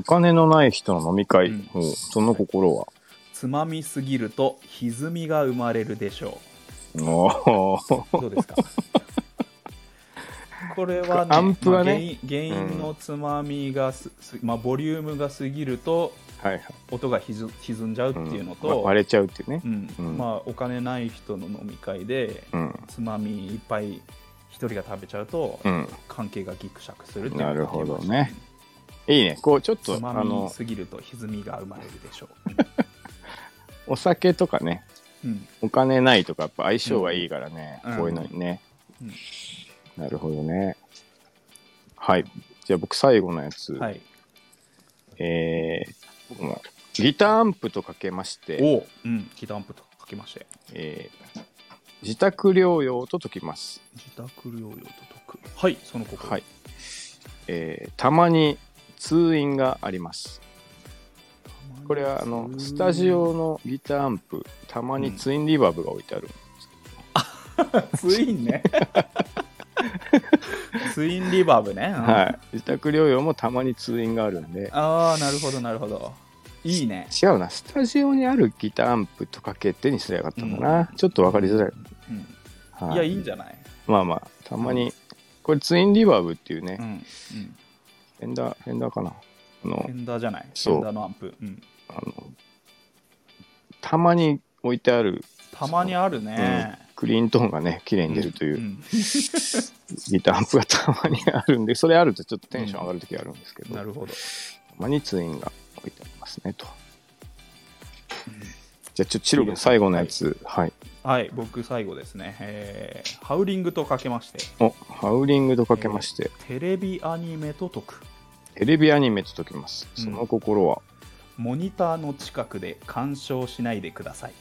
[SPEAKER 2] お金のない人の飲み会、
[SPEAKER 1] うん
[SPEAKER 2] おうその心は、
[SPEAKER 1] つまみすぎると歪みが生まれるでしょ
[SPEAKER 2] おー
[SPEAKER 1] うどうですかこれはね
[SPEAKER 2] アンプはね
[SPEAKER 1] まあ原因原因のつまみがす、すまあ、ボリュームが過ぎると
[SPEAKER 2] はいはい、
[SPEAKER 1] 音がひず歪んじゃうっていうの
[SPEAKER 2] うん
[SPEAKER 1] と、
[SPEAKER 2] わ割れちゃうっていうね
[SPEAKER 1] う。ん
[SPEAKER 2] うん
[SPEAKER 1] まあ、お金ない人の飲み会で
[SPEAKER 2] うん、
[SPEAKER 1] つまみいっぱい一人が食べちゃうと
[SPEAKER 2] うん、
[SPEAKER 1] 関係がギクシャクするっていう
[SPEAKER 2] な
[SPEAKER 1] の
[SPEAKER 2] る
[SPEAKER 1] が
[SPEAKER 2] ほど
[SPEAKER 1] 出まし
[SPEAKER 2] ね
[SPEAKER 1] た。
[SPEAKER 2] いいね、こうちょっと
[SPEAKER 1] つ
[SPEAKER 2] あ
[SPEAKER 1] まみ
[SPEAKER 2] の
[SPEAKER 1] すぎると歪みが生まれるでしょ
[SPEAKER 2] お酒とかね、
[SPEAKER 1] う、うん
[SPEAKER 2] お金ないとかやっぱ相性がいいからね、
[SPEAKER 1] うん
[SPEAKER 2] こういうのにね、
[SPEAKER 1] うん
[SPEAKER 2] なるほどねはいじゃあ僕最後のやつ、
[SPEAKER 1] はい
[SPEAKER 2] えー僕もギターアンプとかけまして、
[SPEAKER 1] おううんギターアンプとかけまして
[SPEAKER 2] えー自宅療養と解きます、
[SPEAKER 1] 自宅療養と解くはいその心
[SPEAKER 2] はいえーたまに通院がありますこれはあのスタジオのギターアンプたまにツインリバーブが置いてある、
[SPEAKER 1] ツイン ねツインリバーブね、
[SPEAKER 2] はい自宅療養もたまに通院があるんで
[SPEAKER 1] ああなるほどなるほどいいね、
[SPEAKER 2] 違うなスタジオにあるギターアンプとかけてにすればよかったんだな、ちょっと分かりづらい、
[SPEAKER 1] うん、
[SPEAKER 2] はい
[SPEAKER 1] やいいんじゃない、
[SPEAKER 2] まあまあたまにこれツインリバーブっていうね、
[SPEAKER 1] うんうん、
[SPEAKER 2] フェンダーフェンダーかなあ
[SPEAKER 1] フェ
[SPEAKER 2] の
[SPEAKER 1] ンダーじゃないフ
[SPEAKER 2] そう
[SPEAKER 1] ェンダーのアンプ、うん、
[SPEAKER 2] あのたまに置いてある、
[SPEAKER 1] たまにあるね、
[SPEAKER 2] うんクリーントーンがね綺麗に出るといううんギターアンプがたまにあるんでそれあるとちょっとテンション上がる時があるんですけど、
[SPEAKER 1] なるほど
[SPEAKER 2] たまにツインが置いてありますねと、じゃあちょっとチロ君最後のやつはい、
[SPEAKER 1] はい僕最後ですね、えーハウリングとかけまして
[SPEAKER 2] おハウリングとかけまして、
[SPEAKER 1] テレビアニメと解く
[SPEAKER 2] テレビアニメと解きます。その心は、
[SPEAKER 1] モニターの近くで鑑賞しないでください、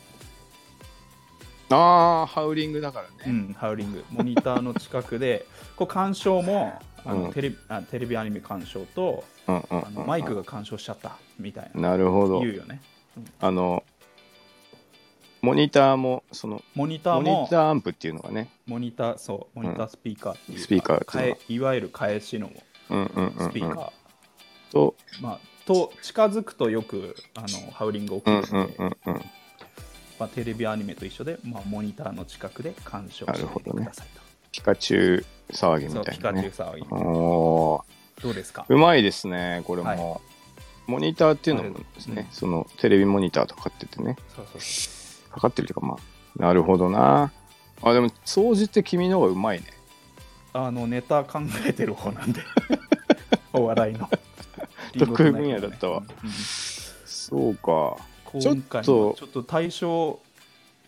[SPEAKER 2] ああ、ハウリングだから
[SPEAKER 1] う。ん、ハウリングモニターの近くで こう鑑賞もあの、
[SPEAKER 2] うん
[SPEAKER 1] テレビあテレビアニメ鑑賞と
[SPEAKER 2] うんうん
[SPEAKER 1] あ
[SPEAKER 2] うんう
[SPEAKER 1] の
[SPEAKER 2] ん
[SPEAKER 1] マイクが鑑賞しちゃったみたいな
[SPEAKER 2] なるほど
[SPEAKER 1] 言。うよね
[SPEAKER 2] あの、モニターも、その、
[SPEAKER 1] モニタ
[SPEAKER 2] モ
[SPEAKER 1] ー
[SPEAKER 2] ニ
[SPEAKER 1] も
[SPEAKER 2] ターアンプっていうのがね。
[SPEAKER 1] モニターそうモニタースピーカーっていうか
[SPEAKER 2] スピーカーっていうのは
[SPEAKER 1] かえいわゆる返しの
[SPEAKER 2] うんうんうん、
[SPEAKER 1] スピーカー、
[SPEAKER 2] と、
[SPEAKER 1] まあ、と近づくとよくあのハウリング起き
[SPEAKER 2] うん
[SPEAKER 1] るので、
[SPEAKER 2] うんうんうん。
[SPEAKER 1] まあ、テレビアニメと一緒で、まあ、モニターの近くで鑑賞して
[SPEAKER 2] なるほどね
[SPEAKER 1] くださいと。
[SPEAKER 2] ピカチュウ騒ぎ
[SPEAKER 1] そう
[SPEAKER 2] みた
[SPEAKER 1] ピ
[SPEAKER 2] い
[SPEAKER 1] カ
[SPEAKER 2] な
[SPEAKER 1] チュウ
[SPEAKER 2] ね。
[SPEAKER 1] 騒ぎ。
[SPEAKER 2] おー
[SPEAKER 1] どうですか
[SPEAKER 2] うまいですね、これも。
[SPEAKER 1] は
[SPEAKER 2] モニターっていうのもです
[SPEAKER 1] あれ
[SPEAKER 2] ね
[SPEAKER 1] う、ん
[SPEAKER 2] そのテレビモニターとかかっててね、
[SPEAKER 1] そうそうそ
[SPEAKER 2] かかってるというか、まあ、なるほどな。あ、でも、掃除って君の方がうまいね。
[SPEAKER 1] うあのネタ考えてる方な んで、お笑いの。
[SPEAKER 2] 得意分野だったわそうか。
[SPEAKER 1] うん
[SPEAKER 2] ちょっと
[SPEAKER 1] 今回もちょっと対象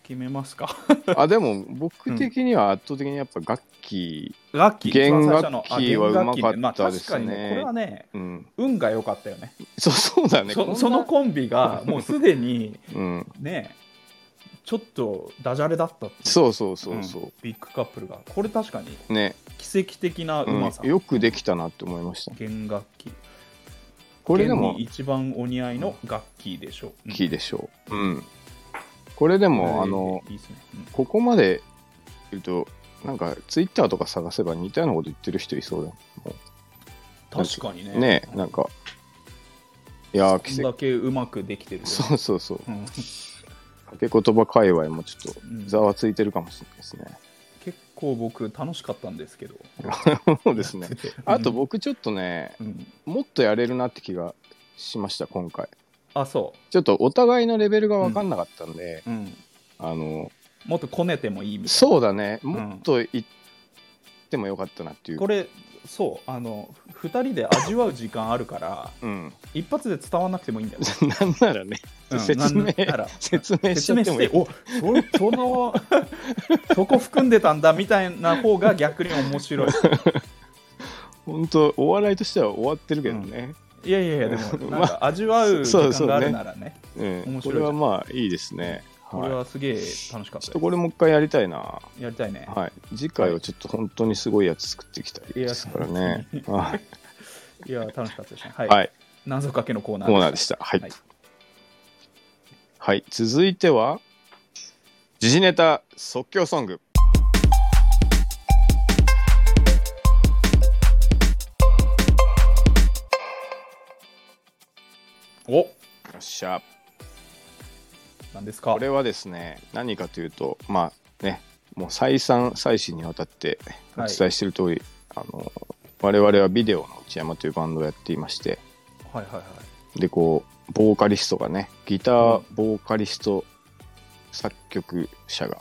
[SPEAKER 1] 決めますか。
[SPEAKER 2] あでも僕的には圧倒的にやっぱ楽器、
[SPEAKER 1] 楽器、
[SPEAKER 2] 弦
[SPEAKER 1] 一番最初の
[SPEAKER 2] 楽器は
[SPEAKER 1] あ弦楽器ね
[SPEAKER 2] うまかったですね
[SPEAKER 1] まあ、確かにこれはね、
[SPEAKER 2] うん
[SPEAKER 1] 運が良かったよね。
[SPEAKER 2] そうそうだねこん
[SPEAKER 1] そ
[SPEAKER 2] な
[SPEAKER 1] そのコン ビがもうすでに
[SPEAKER 2] うん、
[SPEAKER 1] ね、ちょっとダジャレだったっていう
[SPEAKER 2] そうそうそうそう、
[SPEAKER 1] ビッグカップルがこれ確かに
[SPEAKER 2] ね、
[SPEAKER 1] 奇跡的なう
[SPEAKER 2] うん
[SPEAKER 1] まさ、
[SPEAKER 2] よくできたなって思いました
[SPEAKER 1] 弦楽器
[SPEAKER 2] これで
[SPEAKER 1] 弦
[SPEAKER 2] も
[SPEAKER 1] に一番お似合いの楽器でしょう、うん
[SPEAKER 2] キーでしょう、うん、これでも、
[SPEAKER 1] はい
[SPEAKER 2] あの
[SPEAKER 1] いいですね、
[SPEAKER 2] ここまで言うとなんかツイッターとか探せば似たようなこと言ってる人いそうだも
[SPEAKER 1] 確かにね
[SPEAKER 2] んねえなんかいやー
[SPEAKER 1] こん
[SPEAKER 2] 奇跡
[SPEAKER 1] だけうまくできてるよ
[SPEAKER 2] そうそうそう
[SPEAKER 1] うん
[SPEAKER 2] かけ言葉界隈もちょっと
[SPEAKER 1] うん
[SPEAKER 2] ざわついてるかもしれないですね、
[SPEAKER 1] 結構僕楽しかったんですけど
[SPEAKER 2] そうですね あと僕ちょっとね
[SPEAKER 1] うん
[SPEAKER 2] もっとやれるなって気がしました今回
[SPEAKER 1] あそ
[SPEAKER 2] ちょっとお互いのレベルが分かんなかったんで、
[SPEAKER 1] う、うん、
[SPEAKER 2] あの
[SPEAKER 1] もっとこねてもいいみたいな
[SPEAKER 2] そうだねもっと行ってもよかったなっていう、
[SPEAKER 1] これそうあの2人で味わう時間あるから
[SPEAKER 2] うん、
[SPEAKER 1] 一発で伝わんなくてもいいんだよ、
[SPEAKER 2] なんならね、
[SPEAKER 1] う ん
[SPEAKER 2] 説明
[SPEAKER 1] なんなら
[SPEAKER 2] 説明しち
[SPEAKER 1] 説
[SPEAKER 2] ゃっ
[SPEAKER 1] 明
[SPEAKER 2] て
[SPEAKER 1] し
[SPEAKER 2] もい
[SPEAKER 1] て
[SPEAKER 2] い
[SPEAKER 1] おそれ そのそこ含んでたんだみたいな方が逆に面白い
[SPEAKER 2] 本当お笑いとしては終わってるけどね、
[SPEAKER 1] いやいやいやで もなんか味わう時
[SPEAKER 2] そう
[SPEAKER 1] 間
[SPEAKER 2] そう
[SPEAKER 1] があるならね
[SPEAKER 2] うん
[SPEAKER 1] 面
[SPEAKER 2] こ
[SPEAKER 1] 白い
[SPEAKER 2] れはまあいいですね、
[SPEAKER 1] こ
[SPEAKER 2] は
[SPEAKER 1] れ
[SPEAKER 2] い
[SPEAKER 1] はすげえ楽しかっ
[SPEAKER 2] ちょったと
[SPEAKER 1] よ
[SPEAKER 2] これもう一回やりたいな
[SPEAKER 1] やりたいね、、
[SPEAKER 2] はい次回はちょっと本当にすごいやつ作っていきたいですからねはい
[SPEAKER 1] や楽しかったですねはい、
[SPEAKER 2] はい
[SPEAKER 1] 謎かけのコーナー
[SPEAKER 2] コーナーでしたはい、
[SPEAKER 1] はい
[SPEAKER 2] はい、続いては時事ネタ即興ソング
[SPEAKER 1] お
[SPEAKER 2] よっしゃ
[SPEAKER 1] 何ですか
[SPEAKER 2] これはですね何かというとまあねもう再三再四にわたってお
[SPEAKER 1] はい
[SPEAKER 2] 伝えしている通り、あの我々はビデオの内山というバンドをやっていまして
[SPEAKER 1] はいはいはい
[SPEAKER 2] でこうボーカリストがねギターボーカリスト作曲者が、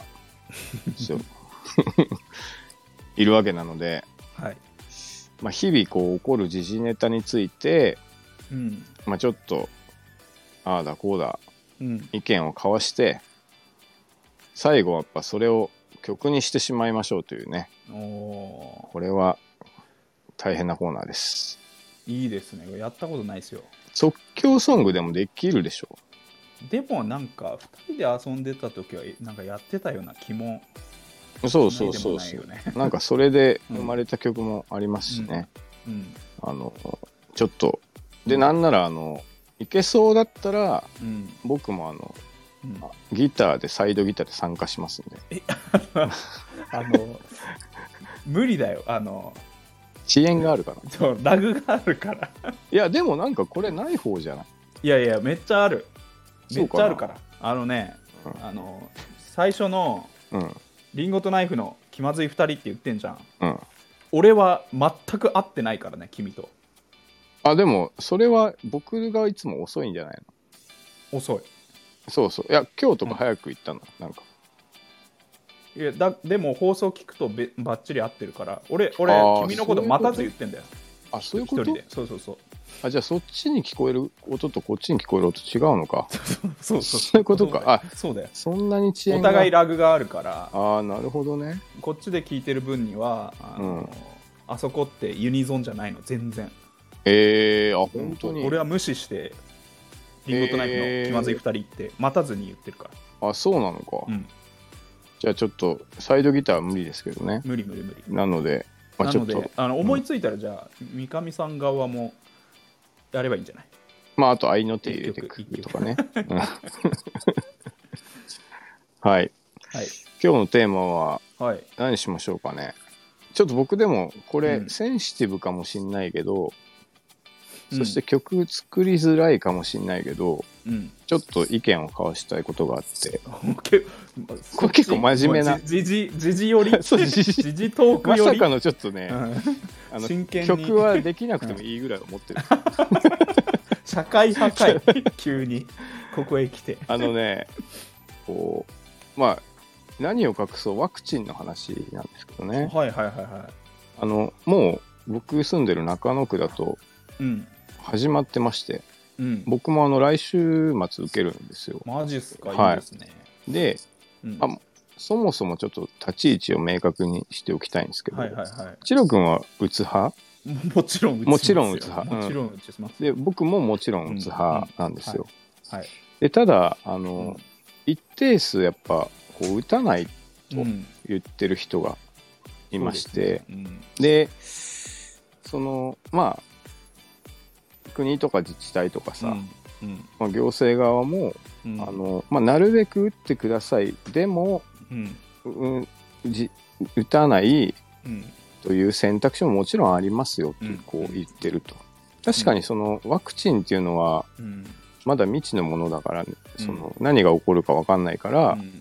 [SPEAKER 2] そう いるわけなので、
[SPEAKER 1] はい
[SPEAKER 2] まあ、日々こう起こる時事ネタについて、
[SPEAKER 1] うん
[SPEAKER 2] まあ、ちょっとああだこうだ
[SPEAKER 1] うん
[SPEAKER 2] 意見を交わして最後はやっぱそれを曲にしてしまいましょうというね
[SPEAKER 1] お
[SPEAKER 2] これは大変なコーナーです
[SPEAKER 1] ーいいですねやったことないですよ
[SPEAKER 2] 即興ソングでもできるでしょ
[SPEAKER 1] でもなんか2人で遊んでた時はえなんかやってたような気も
[SPEAKER 2] うそうそうそう
[SPEAKER 1] し
[SPEAKER 2] そ
[SPEAKER 1] ないうでもないよね
[SPEAKER 2] なんかそれで生まれた曲もありますしね、
[SPEAKER 1] うん
[SPEAKER 2] あのちょっとでなんならあのいけそうだったら
[SPEAKER 1] うん
[SPEAKER 2] 僕もあの
[SPEAKER 1] うん
[SPEAKER 2] ギターでサイドギターで参加しますんで
[SPEAKER 1] あの無理だよあの
[SPEAKER 2] 遅延があるかな
[SPEAKER 1] そうラグがあるから
[SPEAKER 2] いやでもなんかこれない方じゃない
[SPEAKER 1] いやいやめっちゃあるめ
[SPEAKER 2] そ
[SPEAKER 1] っ
[SPEAKER 2] うか
[SPEAKER 1] ちゃ
[SPEAKER 2] な
[SPEAKER 1] あるからあのね
[SPEAKER 2] うん
[SPEAKER 1] あの最初の
[SPEAKER 2] うん
[SPEAKER 1] 「リンゴとナイフの気まずい2人」って言ってんじゃん
[SPEAKER 2] うん
[SPEAKER 1] 俺は全く会ってないからね君と
[SPEAKER 2] あでもそれは僕がいつも遅いんじゃない
[SPEAKER 1] 遅
[SPEAKER 2] のそうそういや今日とか早く行ったの、なんか
[SPEAKER 1] いいやだでも放送聞くとべばっちり合ってるから俺俺
[SPEAKER 2] あー
[SPEAKER 1] 君のこと
[SPEAKER 2] そういうこと
[SPEAKER 1] 待たず言ってんだよ
[SPEAKER 2] あそういう
[SPEAKER 1] 一
[SPEAKER 2] こ
[SPEAKER 1] 人
[SPEAKER 2] と
[SPEAKER 1] でそうそう そう
[SPEAKER 2] あじゃあそっちに聞こえる音とこっちに聞こえる音違うのか
[SPEAKER 1] そうそう
[SPEAKER 2] そういうことかあ
[SPEAKER 1] そうだよ
[SPEAKER 2] そんなに遅
[SPEAKER 1] お
[SPEAKER 2] 延が
[SPEAKER 1] 互いラグがあるから
[SPEAKER 2] ああなるほどね
[SPEAKER 1] こっちで聞いてる分にはあの、
[SPEAKER 2] うん
[SPEAKER 1] あそこってユニゾンじゃないの全然
[SPEAKER 2] えー、あ本当に
[SPEAKER 1] 俺は無視してリンゴとナイフの気まずい2人って待たずに言ってるから、
[SPEAKER 2] あそうなのか、
[SPEAKER 1] うん、
[SPEAKER 2] じゃあちょっとサイドギターは無理ですけどね
[SPEAKER 1] 無理無理無理
[SPEAKER 2] なので、まあ、
[SPEAKER 1] な
[SPEAKER 2] ちょ
[SPEAKER 1] の
[SPEAKER 2] っと
[SPEAKER 1] であの思いついたらじゃあ、三上さん側もやればいいんじゃない
[SPEAKER 2] まああと合いの手入れてくるとかねうんはい
[SPEAKER 1] はい
[SPEAKER 2] 今日のテーマは
[SPEAKER 1] はい
[SPEAKER 2] 何しましょうかねちょっと僕でもこれ
[SPEAKER 1] うん
[SPEAKER 2] センシティブかもしんないけど、
[SPEAKER 1] うん
[SPEAKER 2] そして曲作りづらいかもしんないけど
[SPEAKER 1] うん
[SPEAKER 2] ちょっと意見を交わしたいことがあって
[SPEAKER 1] け
[SPEAKER 2] これ結構真面目な
[SPEAKER 1] じじじじより
[SPEAKER 2] そうじじ
[SPEAKER 1] じじトーク
[SPEAKER 2] ま
[SPEAKER 1] よ
[SPEAKER 2] さ
[SPEAKER 1] り、
[SPEAKER 2] かのちょっとね、
[SPEAKER 1] うん
[SPEAKER 2] あの
[SPEAKER 1] 真剣に
[SPEAKER 2] 曲はできな くてもいいぐらい思ってる
[SPEAKER 1] 社会破壊 急にここへ来て
[SPEAKER 2] あのねこうまあ何を隠そうワクチンの話なんですけどね
[SPEAKER 1] はいはいはいは
[SPEAKER 2] あのもう僕住んでる中野区だと
[SPEAKER 1] いうん
[SPEAKER 2] 始まってまして
[SPEAKER 1] うん
[SPEAKER 2] 僕もあの来週末受けるんですよ
[SPEAKER 1] マジっすか、、
[SPEAKER 2] はいい
[SPEAKER 1] いですね。
[SPEAKER 2] で
[SPEAKER 1] うん
[SPEAKER 2] あそもそもちょっと立ち位置を明確にしておきたいんですけど、
[SPEAKER 1] はいはいは
[SPEAKER 2] チロ君は打つ派
[SPEAKER 1] い。ももちろん打ちますよ
[SPEAKER 2] もちろん打つ派うん
[SPEAKER 1] もちろん打ちます。
[SPEAKER 2] で僕ももちろん打つ派なんですよ。
[SPEAKER 1] はい。
[SPEAKER 2] でただあの、
[SPEAKER 1] うん
[SPEAKER 2] 一定数やっぱこう打たないと
[SPEAKER 1] うん
[SPEAKER 2] 言ってる人がいまして
[SPEAKER 1] うん
[SPEAKER 2] で,、そのまあ国とか自治体とかさ、
[SPEAKER 1] うんうん
[SPEAKER 2] まあ、行政側も、
[SPEAKER 1] うん
[SPEAKER 2] あのまあ、なるべく打ってくださいでも、
[SPEAKER 1] うん
[SPEAKER 2] うん、じ打たない
[SPEAKER 1] うん
[SPEAKER 2] という選択肢ももちろんありますよってこう言ってると。確かにそのワクチンっていうのは
[SPEAKER 1] うん
[SPEAKER 2] まだ未知のものだから、ね、
[SPEAKER 1] うん
[SPEAKER 2] その何が起こるか分かんないか
[SPEAKER 1] う
[SPEAKER 2] ら、
[SPEAKER 1] ん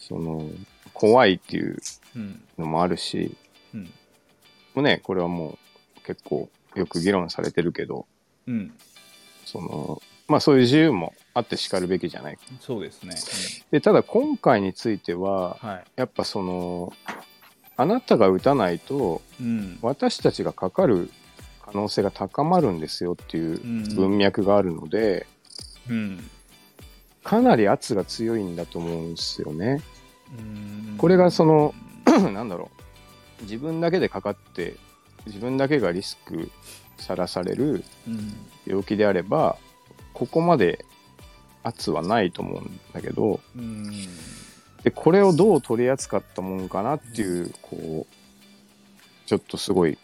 [SPEAKER 2] その怖いっていう
[SPEAKER 1] うん
[SPEAKER 2] のもあるし、
[SPEAKER 1] うん
[SPEAKER 2] もうね、これはもう結構よく議論されてるけど、
[SPEAKER 1] うん
[SPEAKER 2] そのまあそういう自由もあってしかるべきじゃないか。
[SPEAKER 1] そうですね、
[SPEAKER 2] でただ今回については
[SPEAKER 1] うん、はい
[SPEAKER 2] やっぱそのあなたが打たないと
[SPEAKER 1] うん
[SPEAKER 2] 私たちがかかる可能性が高まるんですよっていう
[SPEAKER 1] うん
[SPEAKER 2] 文脈があるので、
[SPEAKER 1] うん
[SPEAKER 2] かなり圧が強いんだと思うんですよね。
[SPEAKER 1] うん
[SPEAKER 2] これがその なんだろう自分だけでかかって自分だけがリスクさらされる
[SPEAKER 1] うん
[SPEAKER 2] 病気であればここまで圧はないと思うんだけど
[SPEAKER 1] うん
[SPEAKER 2] でこれをどう取り扱ったもんかなっていうこうちょっとすごい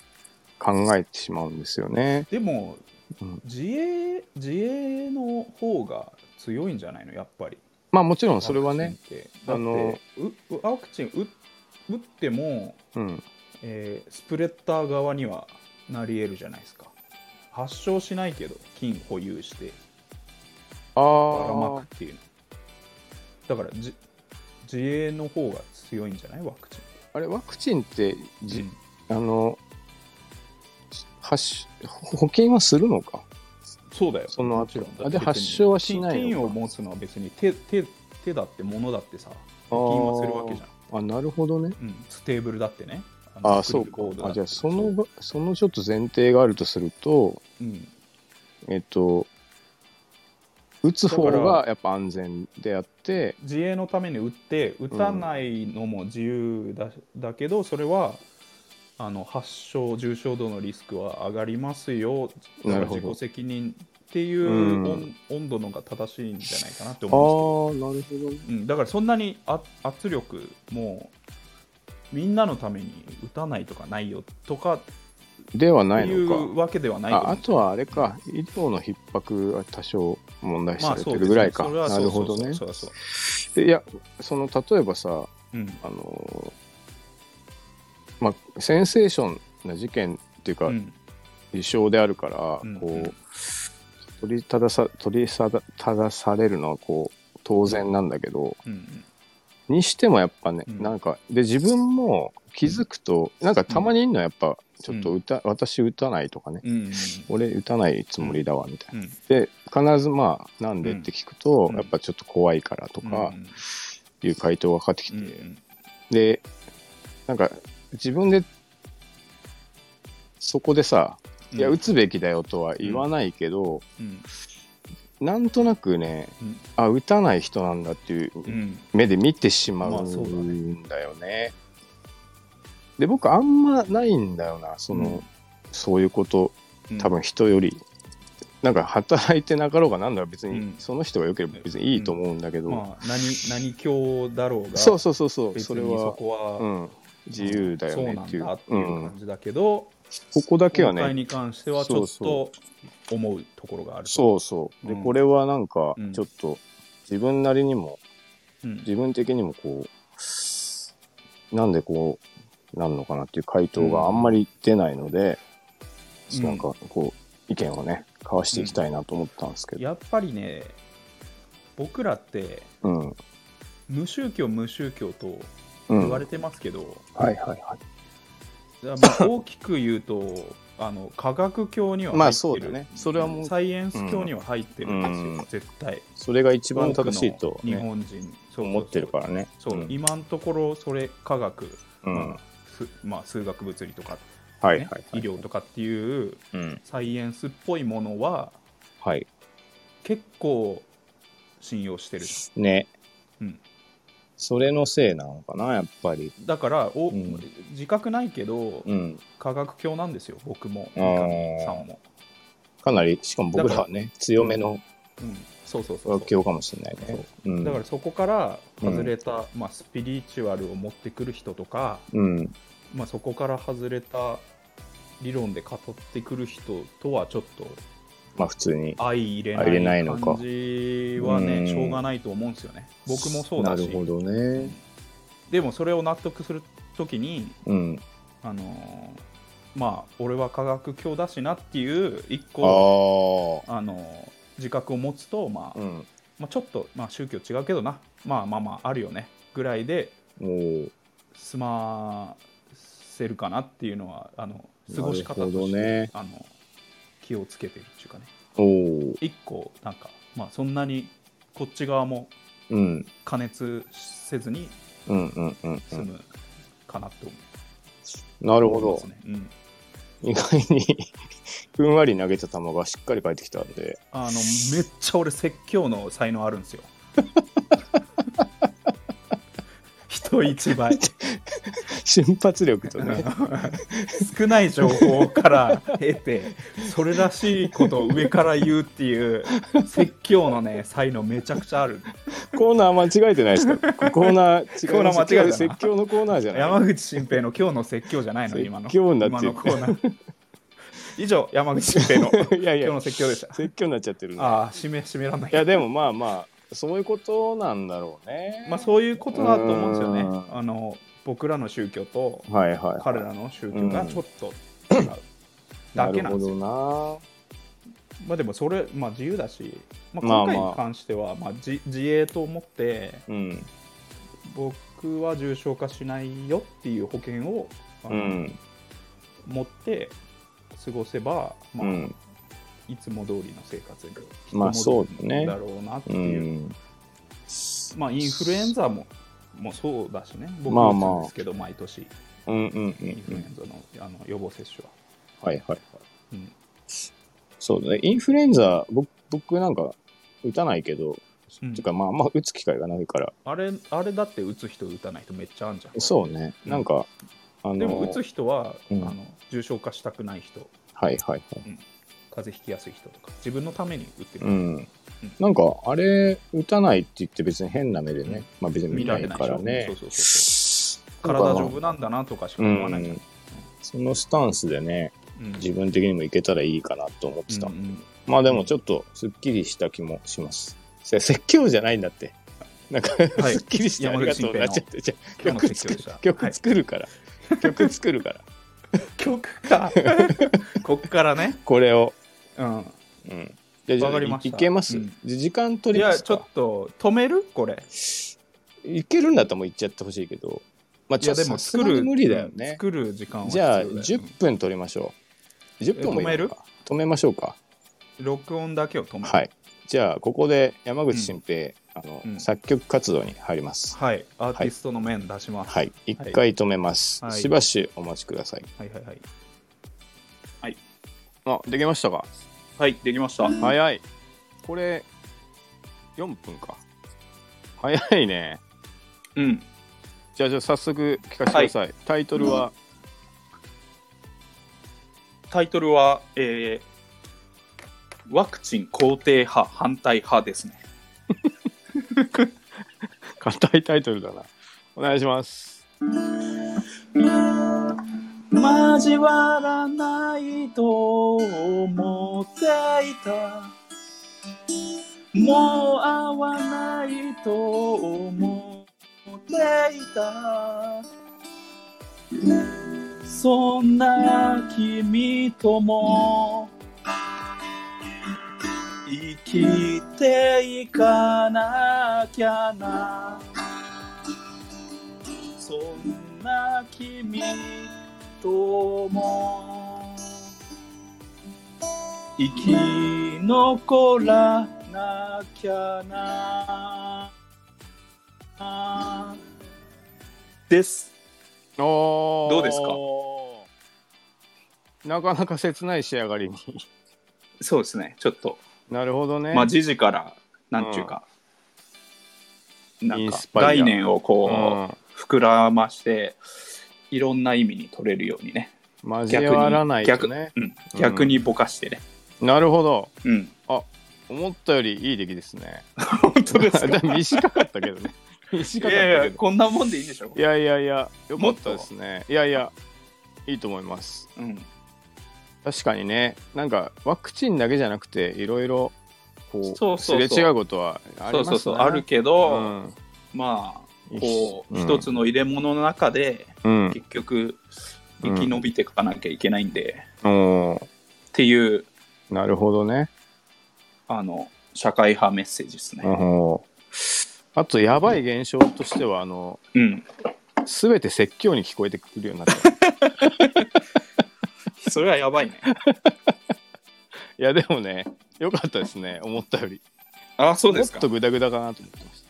[SPEAKER 2] 考えてしまうんですよね。
[SPEAKER 1] でも
[SPEAKER 2] うん
[SPEAKER 1] 自衛自衛の方が強いんじゃないのやっぱり
[SPEAKER 2] まあもちろんそれは
[SPEAKER 1] ワ
[SPEAKER 2] ね
[SPEAKER 1] ク、チンって
[SPEAKER 2] あの
[SPEAKER 1] だってうワクチン打打っても、
[SPEAKER 2] うん、
[SPEAKER 1] えースプレッダー側にはなり得るじゃないですか発症しないけど菌保有して
[SPEAKER 2] あ
[SPEAKER 1] ばらま
[SPEAKER 2] ー
[SPEAKER 1] くっていうのだからじ自衛の方が強いんじゃないワクチン
[SPEAKER 2] あれワクチンってじ、
[SPEAKER 1] うん
[SPEAKER 2] あの発し保険はするのか
[SPEAKER 1] そうだよ
[SPEAKER 2] その後
[SPEAKER 1] もちろんだって
[SPEAKER 2] あで
[SPEAKER 1] 別に
[SPEAKER 2] 発症はしないのか
[SPEAKER 1] 菌菌を持つのは別に手手手だって物だってさ菌はするわけじゃん
[SPEAKER 2] あなるほどね
[SPEAKER 1] うん、ステーブルだってね。の
[SPEAKER 2] ああそう
[SPEAKER 1] クリルボー
[SPEAKER 2] か
[SPEAKER 1] ドだ
[SPEAKER 2] あ
[SPEAKER 1] っ
[SPEAKER 2] じ
[SPEAKER 1] て
[SPEAKER 2] ゃあそのがそのちょっと前提があるとすると
[SPEAKER 1] うん、
[SPEAKER 2] えっと打つ方
[SPEAKER 1] だから
[SPEAKER 2] がやっぱ安全であって
[SPEAKER 1] 自衛のために打って打たないのも自由だ,、だけどそれはあの発症重症度のリスクは上がりますよだか
[SPEAKER 2] な
[SPEAKER 1] ら
[SPEAKER 2] るほ
[SPEAKER 1] 自
[SPEAKER 2] ど
[SPEAKER 1] 己責任っていう
[SPEAKER 2] うん
[SPEAKER 1] 温,、度のが正しいんじゃないかなって
[SPEAKER 2] ああ
[SPEAKER 1] 思
[SPEAKER 2] ーなるほど
[SPEAKER 1] うんですけど、うん、だからそんなにあ圧力もみんなのために打たないとかないよとかっ
[SPEAKER 2] では
[SPEAKER 1] て
[SPEAKER 2] ない
[SPEAKER 1] い
[SPEAKER 2] の
[SPEAKER 1] う
[SPEAKER 2] か
[SPEAKER 1] わけではないと思う
[SPEAKER 2] ああとはあれか医療の逼迫は多少問題視さ
[SPEAKER 1] まあ
[SPEAKER 2] れ
[SPEAKER 1] そう
[SPEAKER 2] て
[SPEAKER 1] で
[SPEAKER 2] る
[SPEAKER 1] すね
[SPEAKER 2] ぐらいか、
[SPEAKER 1] それは
[SPEAKER 2] な
[SPEAKER 1] そう
[SPEAKER 2] る
[SPEAKER 1] そ
[SPEAKER 2] ほ
[SPEAKER 1] うそ
[SPEAKER 2] ど
[SPEAKER 1] う
[SPEAKER 2] ね
[SPEAKER 1] そうだそうだ
[SPEAKER 2] でいやその例えばさ
[SPEAKER 1] うん
[SPEAKER 2] あのーまあセンセーションな事件っていうか、
[SPEAKER 1] うん
[SPEAKER 2] 事象であるから、
[SPEAKER 1] うん
[SPEAKER 2] こう
[SPEAKER 1] うん
[SPEAKER 2] 取りたださ取りさだ正されるのはこう当然なんだけど、
[SPEAKER 1] うん
[SPEAKER 2] にしてもやっぱね、
[SPEAKER 1] うん
[SPEAKER 2] なんかで自分も気づくと、なんかたまにいんのはやっぱちょっと歌、私打たないとかね、
[SPEAKER 1] うんうん
[SPEAKER 2] 俺打たないつもりだわみたいな。
[SPEAKER 1] うん
[SPEAKER 2] で必ずまあなんでって聞くと、
[SPEAKER 1] うん
[SPEAKER 2] やっぱちょっと怖いからとかいう回答が返ってきて、でなんか自分でそこでさ「いや打つべきだよ」とは言わないけど、
[SPEAKER 1] うん
[SPEAKER 2] なんとなくね
[SPEAKER 1] うん
[SPEAKER 2] あ打たない人なんだっていう
[SPEAKER 1] うん
[SPEAKER 2] 目で見てしま
[SPEAKER 1] まあそうだ
[SPEAKER 2] うんだよね。で僕あんまないんだよなその、
[SPEAKER 1] うん
[SPEAKER 2] そういうこと
[SPEAKER 1] うん
[SPEAKER 2] 多分人より、なんか働いてなかろうがなんだろう別に、
[SPEAKER 1] うん
[SPEAKER 2] その人が良ければ別にいいと思うんだけど、
[SPEAKER 1] まあ何何教だろうが
[SPEAKER 2] そうそうそうそう
[SPEAKER 1] 別
[SPEAKER 2] それ
[SPEAKER 1] にそ
[SPEAKER 2] は、
[SPEAKER 1] こは
[SPEAKER 2] うん、自由だよねっていう
[SPEAKER 1] そうなんだって
[SPEAKER 2] う
[SPEAKER 1] いうん感、じだけど
[SPEAKER 2] ここだけは
[SPEAKER 1] 今
[SPEAKER 2] ね
[SPEAKER 1] 回に関してはちょっ
[SPEAKER 2] そ
[SPEAKER 1] と思うところがある
[SPEAKER 2] そうそう。で、
[SPEAKER 1] うん
[SPEAKER 2] これはなんか
[SPEAKER 1] うん、
[SPEAKER 2] ちょっと、自分なりにも、
[SPEAKER 1] うん
[SPEAKER 2] 自分的にもこう、なんでこう、なんのかなっていう回答があんまり出ないので、
[SPEAKER 1] うん
[SPEAKER 2] なんかこう、意見をね、交わしていきたいなと思ったんですけど、
[SPEAKER 1] やっぱりね僕らって
[SPEAKER 2] うん。うん。
[SPEAKER 1] 無宗教無宗教と言わ
[SPEAKER 2] はい
[SPEAKER 1] れてますけど
[SPEAKER 2] はいは。
[SPEAKER 1] だからまあ大きく言うとあの科学教にはい
[SPEAKER 2] まあ
[SPEAKER 1] 入
[SPEAKER 2] そう
[SPEAKER 1] って
[SPEAKER 2] だ
[SPEAKER 1] る、
[SPEAKER 2] ね。それはもう、
[SPEAKER 1] サイエンス教には入ってるんですよ、
[SPEAKER 2] うん
[SPEAKER 1] 絶対
[SPEAKER 2] それが一番正しいと
[SPEAKER 1] 多くの日
[SPEAKER 2] ね、
[SPEAKER 1] 本人そう
[SPEAKER 2] 思ってるからね。
[SPEAKER 1] そう、
[SPEAKER 2] うん
[SPEAKER 1] 今のところそれ科学、
[SPEAKER 2] う
[SPEAKER 1] ま
[SPEAKER 2] ん。
[SPEAKER 1] あすまあ、数学物理とか、ね
[SPEAKER 2] はいはいはい。
[SPEAKER 1] 医療とかっていう
[SPEAKER 2] うん。
[SPEAKER 1] サイエンスっぽいものは
[SPEAKER 2] はい。
[SPEAKER 1] 結構信用してるじ
[SPEAKER 2] ね。
[SPEAKER 1] うん
[SPEAKER 2] それのせいなのかな、やっぱり。
[SPEAKER 1] ゃんだからお、
[SPEAKER 2] うん
[SPEAKER 1] 自覚ないけど、
[SPEAKER 2] うん。
[SPEAKER 1] 科学教なんですよ僕も
[SPEAKER 2] あ
[SPEAKER 1] 三
[SPEAKER 2] ー
[SPEAKER 1] 上さんも、
[SPEAKER 2] かなり、しかも僕らはね、強めの
[SPEAKER 1] うん、そうそうそう
[SPEAKER 2] 学
[SPEAKER 1] そう
[SPEAKER 2] 教かもしれないね。うん
[SPEAKER 1] だからそこから外れた、まあ、スピリチュアルを持ってくる人とか、
[SPEAKER 2] うん、
[SPEAKER 1] まあ、そこから外れた理論で語ってくる人とはちょっと
[SPEAKER 2] まあ普通に。
[SPEAKER 1] 相入れ
[SPEAKER 2] 相入れ
[SPEAKER 1] な
[SPEAKER 2] ないいのか
[SPEAKER 1] 感じは
[SPEAKER 2] う
[SPEAKER 1] ね
[SPEAKER 2] ん
[SPEAKER 1] しょうがないと思うんですよね僕もそうだし
[SPEAKER 2] なるほど
[SPEAKER 1] う
[SPEAKER 2] ね
[SPEAKER 1] ん。でもそれを納得するときに、
[SPEAKER 2] うん。
[SPEAKER 1] あのーまあ俺は科学教だしなっていう一
[SPEAKER 2] あ
[SPEAKER 1] 個
[SPEAKER 2] あ。
[SPEAKER 1] あ、のー自覚を持つと、まあ
[SPEAKER 2] うん。
[SPEAKER 1] まあ、ちょっと、まあ、宗教違うけどなまあまあまああるよねぐらいで
[SPEAKER 2] もう、
[SPEAKER 1] 済ませるかなっていうのはあの過ごし方と
[SPEAKER 2] なるほ
[SPEAKER 1] して、
[SPEAKER 2] どね
[SPEAKER 1] あの気をつけてるっていうかね
[SPEAKER 2] おお。
[SPEAKER 1] 一個なんか、まあ、そんなにこっち側も
[SPEAKER 2] うん。
[SPEAKER 1] 加熱せずに
[SPEAKER 2] うんうんうん、う
[SPEAKER 1] 済
[SPEAKER 2] ん。
[SPEAKER 1] むかなと思い
[SPEAKER 2] なるほ
[SPEAKER 1] ま
[SPEAKER 2] ど
[SPEAKER 1] す。ね。うん
[SPEAKER 2] 意外に、 ふんわり投げた球がしっかり返ってきたんで。
[SPEAKER 1] あのめっちゃ俺説教の才能あるんですよ。 人一倍
[SPEAKER 2] 瞬発力とね。
[SPEAKER 1] 少ない情報から得てそれらしいことを上から言うっていう説教 のね才能めちゃくちゃある
[SPEAKER 2] コーナー間違えてないですかコーナー違います
[SPEAKER 1] コーナー間違えたな
[SPEAKER 2] 違う説教のコーナーじゃない
[SPEAKER 1] 山口新平の今日の説教じゃないの今の
[SPEAKER 2] 説教になって
[SPEAKER 1] 今
[SPEAKER 2] る
[SPEAKER 1] のコーナー以上山口新平の今
[SPEAKER 2] いやい
[SPEAKER 1] 日
[SPEAKER 2] や
[SPEAKER 1] の説教でした
[SPEAKER 2] 説教になっちゃってるな
[SPEAKER 1] ああ締め締めらんない
[SPEAKER 2] いやでもまあまあそういうことなんだろうね
[SPEAKER 1] まあそういうことだと思うんですよね
[SPEAKER 2] うん
[SPEAKER 1] あの僕らの宗教と
[SPEAKER 2] はいはいはい
[SPEAKER 1] 彼らの宗教がちょっと違うだけなんですよ、
[SPEAKER 2] なるほ
[SPEAKER 1] まあでもそれ、まあ、自由だし、まあ、
[SPEAKER 2] まあ
[SPEAKER 1] 今
[SPEAKER 2] まあ
[SPEAKER 1] 回に関しては、まあじ自衛と思って
[SPEAKER 2] どなうん
[SPEAKER 1] 僕は重症化しないよっていう保険を、あ
[SPEAKER 2] う
[SPEAKER 1] の
[SPEAKER 2] ん
[SPEAKER 1] 持って過ごせば、ま
[SPEAKER 2] う
[SPEAKER 1] あ
[SPEAKER 2] ん
[SPEAKER 1] いつも通りの生活に
[SPEAKER 2] まあ
[SPEAKER 1] 引き戻
[SPEAKER 2] そうだね
[SPEAKER 1] だろうなって
[SPEAKER 2] う
[SPEAKER 1] いう、
[SPEAKER 2] ん
[SPEAKER 1] まあインフルエンザももうそうだしね僕
[SPEAKER 2] まあ
[SPEAKER 1] は
[SPEAKER 2] まあ
[SPEAKER 1] 打つんですけど、毎年
[SPEAKER 2] うんうんう
[SPEAKER 1] インフルエ
[SPEAKER 2] ん
[SPEAKER 1] ンザのあの予防接種は、
[SPEAKER 2] はいはい
[SPEAKER 1] うん、
[SPEAKER 2] そうだねインフルエンザ僕僕なんか打たないけど
[SPEAKER 1] うん
[SPEAKER 2] てかまあまあ打つ機会がないから
[SPEAKER 1] あれあれだって打つ人打たない人めっちゃあんじゃん
[SPEAKER 2] そうねなんかあの
[SPEAKER 1] でも打つ人は、
[SPEAKER 2] うん
[SPEAKER 1] あの重症化したくない人
[SPEAKER 2] はいはいはい
[SPEAKER 1] 風邪ひきやすい人とか自分のために打ってる、
[SPEAKER 2] うんなんかあれ打たないって言って別に変な目で
[SPEAKER 1] うん
[SPEAKER 2] ねまあ別に見
[SPEAKER 1] 見
[SPEAKER 2] な
[SPEAKER 1] ら
[SPEAKER 2] い
[SPEAKER 1] れない
[SPEAKER 2] か
[SPEAKER 1] でし
[SPEAKER 2] ら
[SPEAKER 1] ょ、
[SPEAKER 2] ね
[SPEAKER 1] そうそうそうそう体丈夫なんだなとかしか言わないじゃん、
[SPEAKER 2] うんそのスタンスでね
[SPEAKER 1] うん
[SPEAKER 2] 自分的にもいけたらいいかなと思ってた、
[SPEAKER 1] うんうん
[SPEAKER 2] まあでもちょっとすっきりした気もしますせ説教じゃないんだって なんか、
[SPEAKER 1] い
[SPEAKER 2] すっきりしてありがとうになっちゃってじゃあ
[SPEAKER 1] 今日の
[SPEAKER 2] 曲
[SPEAKER 1] 説教
[SPEAKER 2] 作
[SPEAKER 1] でしたは
[SPEAKER 2] 曲
[SPEAKER 1] い
[SPEAKER 2] 作るから、曲作るから
[SPEAKER 1] 曲か こっからね
[SPEAKER 2] これを
[SPEAKER 1] うん
[SPEAKER 2] うんじゃあじゃあ
[SPEAKER 1] わかりました
[SPEAKER 2] いけます、
[SPEAKER 1] うん
[SPEAKER 2] じゃあ時間取
[SPEAKER 1] い
[SPEAKER 2] りま
[SPEAKER 1] や
[SPEAKER 2] す
[SPEAKER 1] ちょっ
[SPEAKER 2] か
[SPEAKER 1] と止めるこれ
[SPEAKER 2] いけるんだったらもう行っちゃってほしいけどまあ
[SPEAKER 1] い
[SPEAKER 2] ちょ
[SPEAKER 1] や
[SPEAKER 2] っと
[SPEAKER 1] で
[SPEAKER 2] さ
[SPEAKER 1] も
[SPEAKER 2] す
[SPEAKER 1] 作
[SPEAKER 2] がに
[SPEAKER 1] る
[SPEAKER 2] 無理だよ
[SPEAKER 1] うん
[SPEAKER 2] ね
[SPEAKER 1] 作る時間は必
[SPEAKER 2] じ
[SPEAKER 1] 要
[SPEAKER 2] ゃ
[SPEAKER 1] だ
[SPEAKER 2] あ
[SPEAKER 1] よ
[SPEAKER 2] 10分取りましょう10分もいらんか止めましょうか
[SPEAKER 1] うん録音だけを止める
[SPEAKER 2] はい。じゃあ、ここで山口新平、あの、
[SPEAKER 1] うん
[SPEAKER 2] 作曲活動に入ります。
[SPEAKER 1] はいアーティストの面出します、
[SPEAKER 2] はい。一回止めます、
[SPEAKER 1] はい
[SPEAKER 2] しばしお待ちください。
[SPEAKER 1] はい、はいはいはい
[SPEAKER 2] あ、できましたか。
[SPEAKER 1] できました
[SPEAKER 2] 早い。これ、4分か。早いね。
[SPEAKER 1] うん
[SPEAKER 2] じゃあ、じゃあ早速聞かせてください。タイトルは、
[SPEAKER 1] タイトルは、えーワクチン肯定派反対派ですね
[SPEAKER 2] 硬いタイトルだな。お願いします。
[SPEAKER 1] 交わらないと思っていたもう会わないと思っていたそんな君とも生きていかなきゃなそんな君とも生き残らなきゃなです
[SPEAKER 2] おー
[SPEAKER 1] どうですか
[SPEAKER 2] なかなか切ない仕上がりに。
[SPEAKER 1] そうですねちょっと
[SPEAKER 2] なるほどね。
[SPEAKER 1] まあ時事からなんていうか、な
[SPEAKER 2] イ
[SPEAKER 1] ん
[SPEAKER 2] ン
[SPEAKER 1] か
[SPEAKER 2] スパイア
[SPEAKER 1] 概念を
[SPEAKER 2] う
[SPEAKER 1] こ
[SPEAKER 2] ん
[SPEAKER 1] う膨らましていろんな意味に取れるようにね、
[SPEAKER 2] 交わらないとね。
[SPEAKER 1] うん、逆にぼかしてね
[SPEAKER 2] なるほど。
[SPEAKER 1] うん
[SPEAKER 2] 思ったよりいい出来ですね。
[SPEAKER 1] 本 当 ですか
[SPEAKER 2] だ短かったけど ね。
[SPEAKER 1] い
[SPEAKER 2] 短かった
[SPEAKER 1] やい
[SPEAKER 2] け
[SPEAKER 1] や
[SPEAKER 2] ど。
[SPEAKER 1] こんなもんでいいでしょ
[SPEAKER 2] いやいやいや、よか
[SPEAKER 1] も
[SPEAKER 2] っ
[SPEAKER 1] っと
[SPEAKER 2] たですね。いやいや、いいと思います。
[SPEAKER 1] うん
[SPEAKER 2] 確かにね、なんかワクチンだけじゃなくて、いろいろこう
[SPEAKER 1] そうそうそう
[SPEAKER 2] すれ違うことはありま
[SPEAKER 1] そ
[SPEAKER 2] すね。
[SPEAKER 1] うそうそうあるけ
[SPEAKER 2] う
[SPEAKER 1] ど、
[SPEAKER 2] ん。
[SPEAKER 1] まあこう
[SPEAKER 2] うん
[SPEAKER 1] 一つの入れ物の中で
[SPEAKER 2] うん。
[SPEAKER 1] 結局生き延びていかなきゃいけないんで、
[SPEAKER 2] おー
[SPEAKER 1] っていう
[SPEAKER 2] なるほどね。
[SPEAKER 1] あの社会派メッセージです
[SPEAKER 2] うん
[SPEAKER 1] ね。
[SPEAKER 2] ほうあと、やばい現象としては、あの、
[SPEAKER 1] うん、
[SPEAKER 2] すべて説教に聞こえてくるようにな った。い
[SPEAKER 1] それはやばいね。
[SPEAKER 2] や、でもね、よかったですね、思ったより。
[SPEAKER 1] あ、そうです
[SPEAKER 2] も
[SPEAKER 1] か
[SPEAKER 2] っと。グダグダかなと思ってまし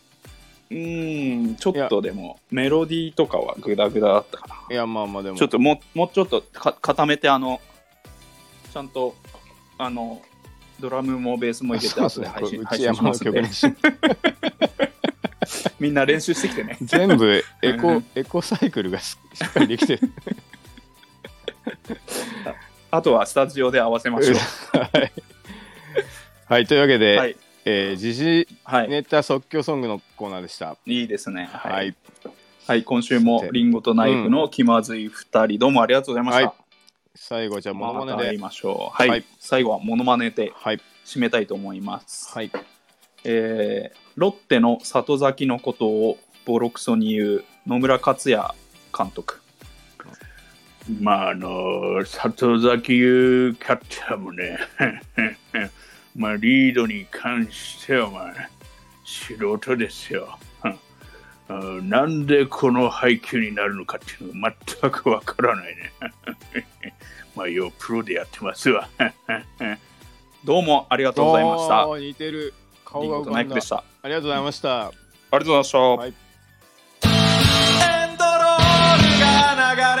[SPEAKER 1] うーん、ちょっとでもメロディーとかはグダグダだったかな。
[SPEAKER 2] た。いや、まあまあ、でも。
[SPEAKER 1] ちょっともうもうちょっとか固めてあのちゃんとあのドラムもベースも入れて
[SPEAKER 2] そう
[SPEAKER 1] 後
[SPEAKER 2] そう
[SPEAKER 1] で配信
[SPEAKER 2] 内
[SPEAKER 1] 配信し
[SPEAKER 2] 山
[SPEAKER 1] ま
[SPEAKER 2] の
[SPEAKER 1] すん
[SPEAKER 2] 曲
[SPEAKER 1] で
[SPEAKER 2] にします
[SPEAKER 1] みんな練習してきてね
[SPEAKER 2] 全部エ
[SPEAKER 1] う
[SPEAKER 2] コ
[SPEAKER 1] ん
[SPEAKER 2] エコサイクルがししっかりできてる。
[SPEAKER 1] あとはスタジオで合わせましょ
[SPEAKER 2] はいはい、というわけ
[SPEAKER 1] う
[SPEAKER 2] で、
[SPEAKER 1] はい
[SPEAKER 2] えー時事
[SPEAKER 1] はい、
[SPEAKER 2] ネタ即興ソングのコーナーでした。
[SPEAKER 1] いいですね
[SPEAKER 2] はい、
[SPEAKER 1] はい、はい今週もリンゴとナイフの気まずい2人どうもありがとうございました、
[SPEAKER 2] は最後じゃあモノ
[SPEAKER 1] ま
[SPEAKER 2] マ
[SPEAKER 1] た
[SPEAKER 2] ネ
[SPEAKER 1] 会
[SPEAKER 2] で
[SPEAKER 1] い。ましょうはい、
[SPEAKER 2] はい
[SPEAKER 1] 最後はモノマネで
[SPEAKER 2] はい、
[SPEAKER 1] 締めたいと思います、
[SPEAKER 2] はい、
[SPEAKER 1] えーロッテの里崎のことをボロクソに言う野村克也監督まああの里崎いうキャッチャーもね まあリードに関してはまあ素人ですよ あなんでこの配球になるのかっていうのが全くわからないね まあ要はプロでやってますわどうもありがとうございました
[SPEAKER 2] おー似てる。
[SPEAKER 1] リ
[SPEAKER 2] 顔
[SPEAKER 1] ン
[SPEAKER 2] が
[SPEAKER 1] ゴと
[SPEAKER 2] 浮か
[SPEAKER 1] ナイ
[SPEAKER 2] ん
[SPEAKER 1] フ
[SPEAKER 2] だ
[SPEAKER 1] でし。た。
[SPEAKER 2] ありがとうございました。
[SPEAKER 1] ありがとうございました。
[SPEAKER 2] はい
[SPEAKER 1] エンドロールが流れ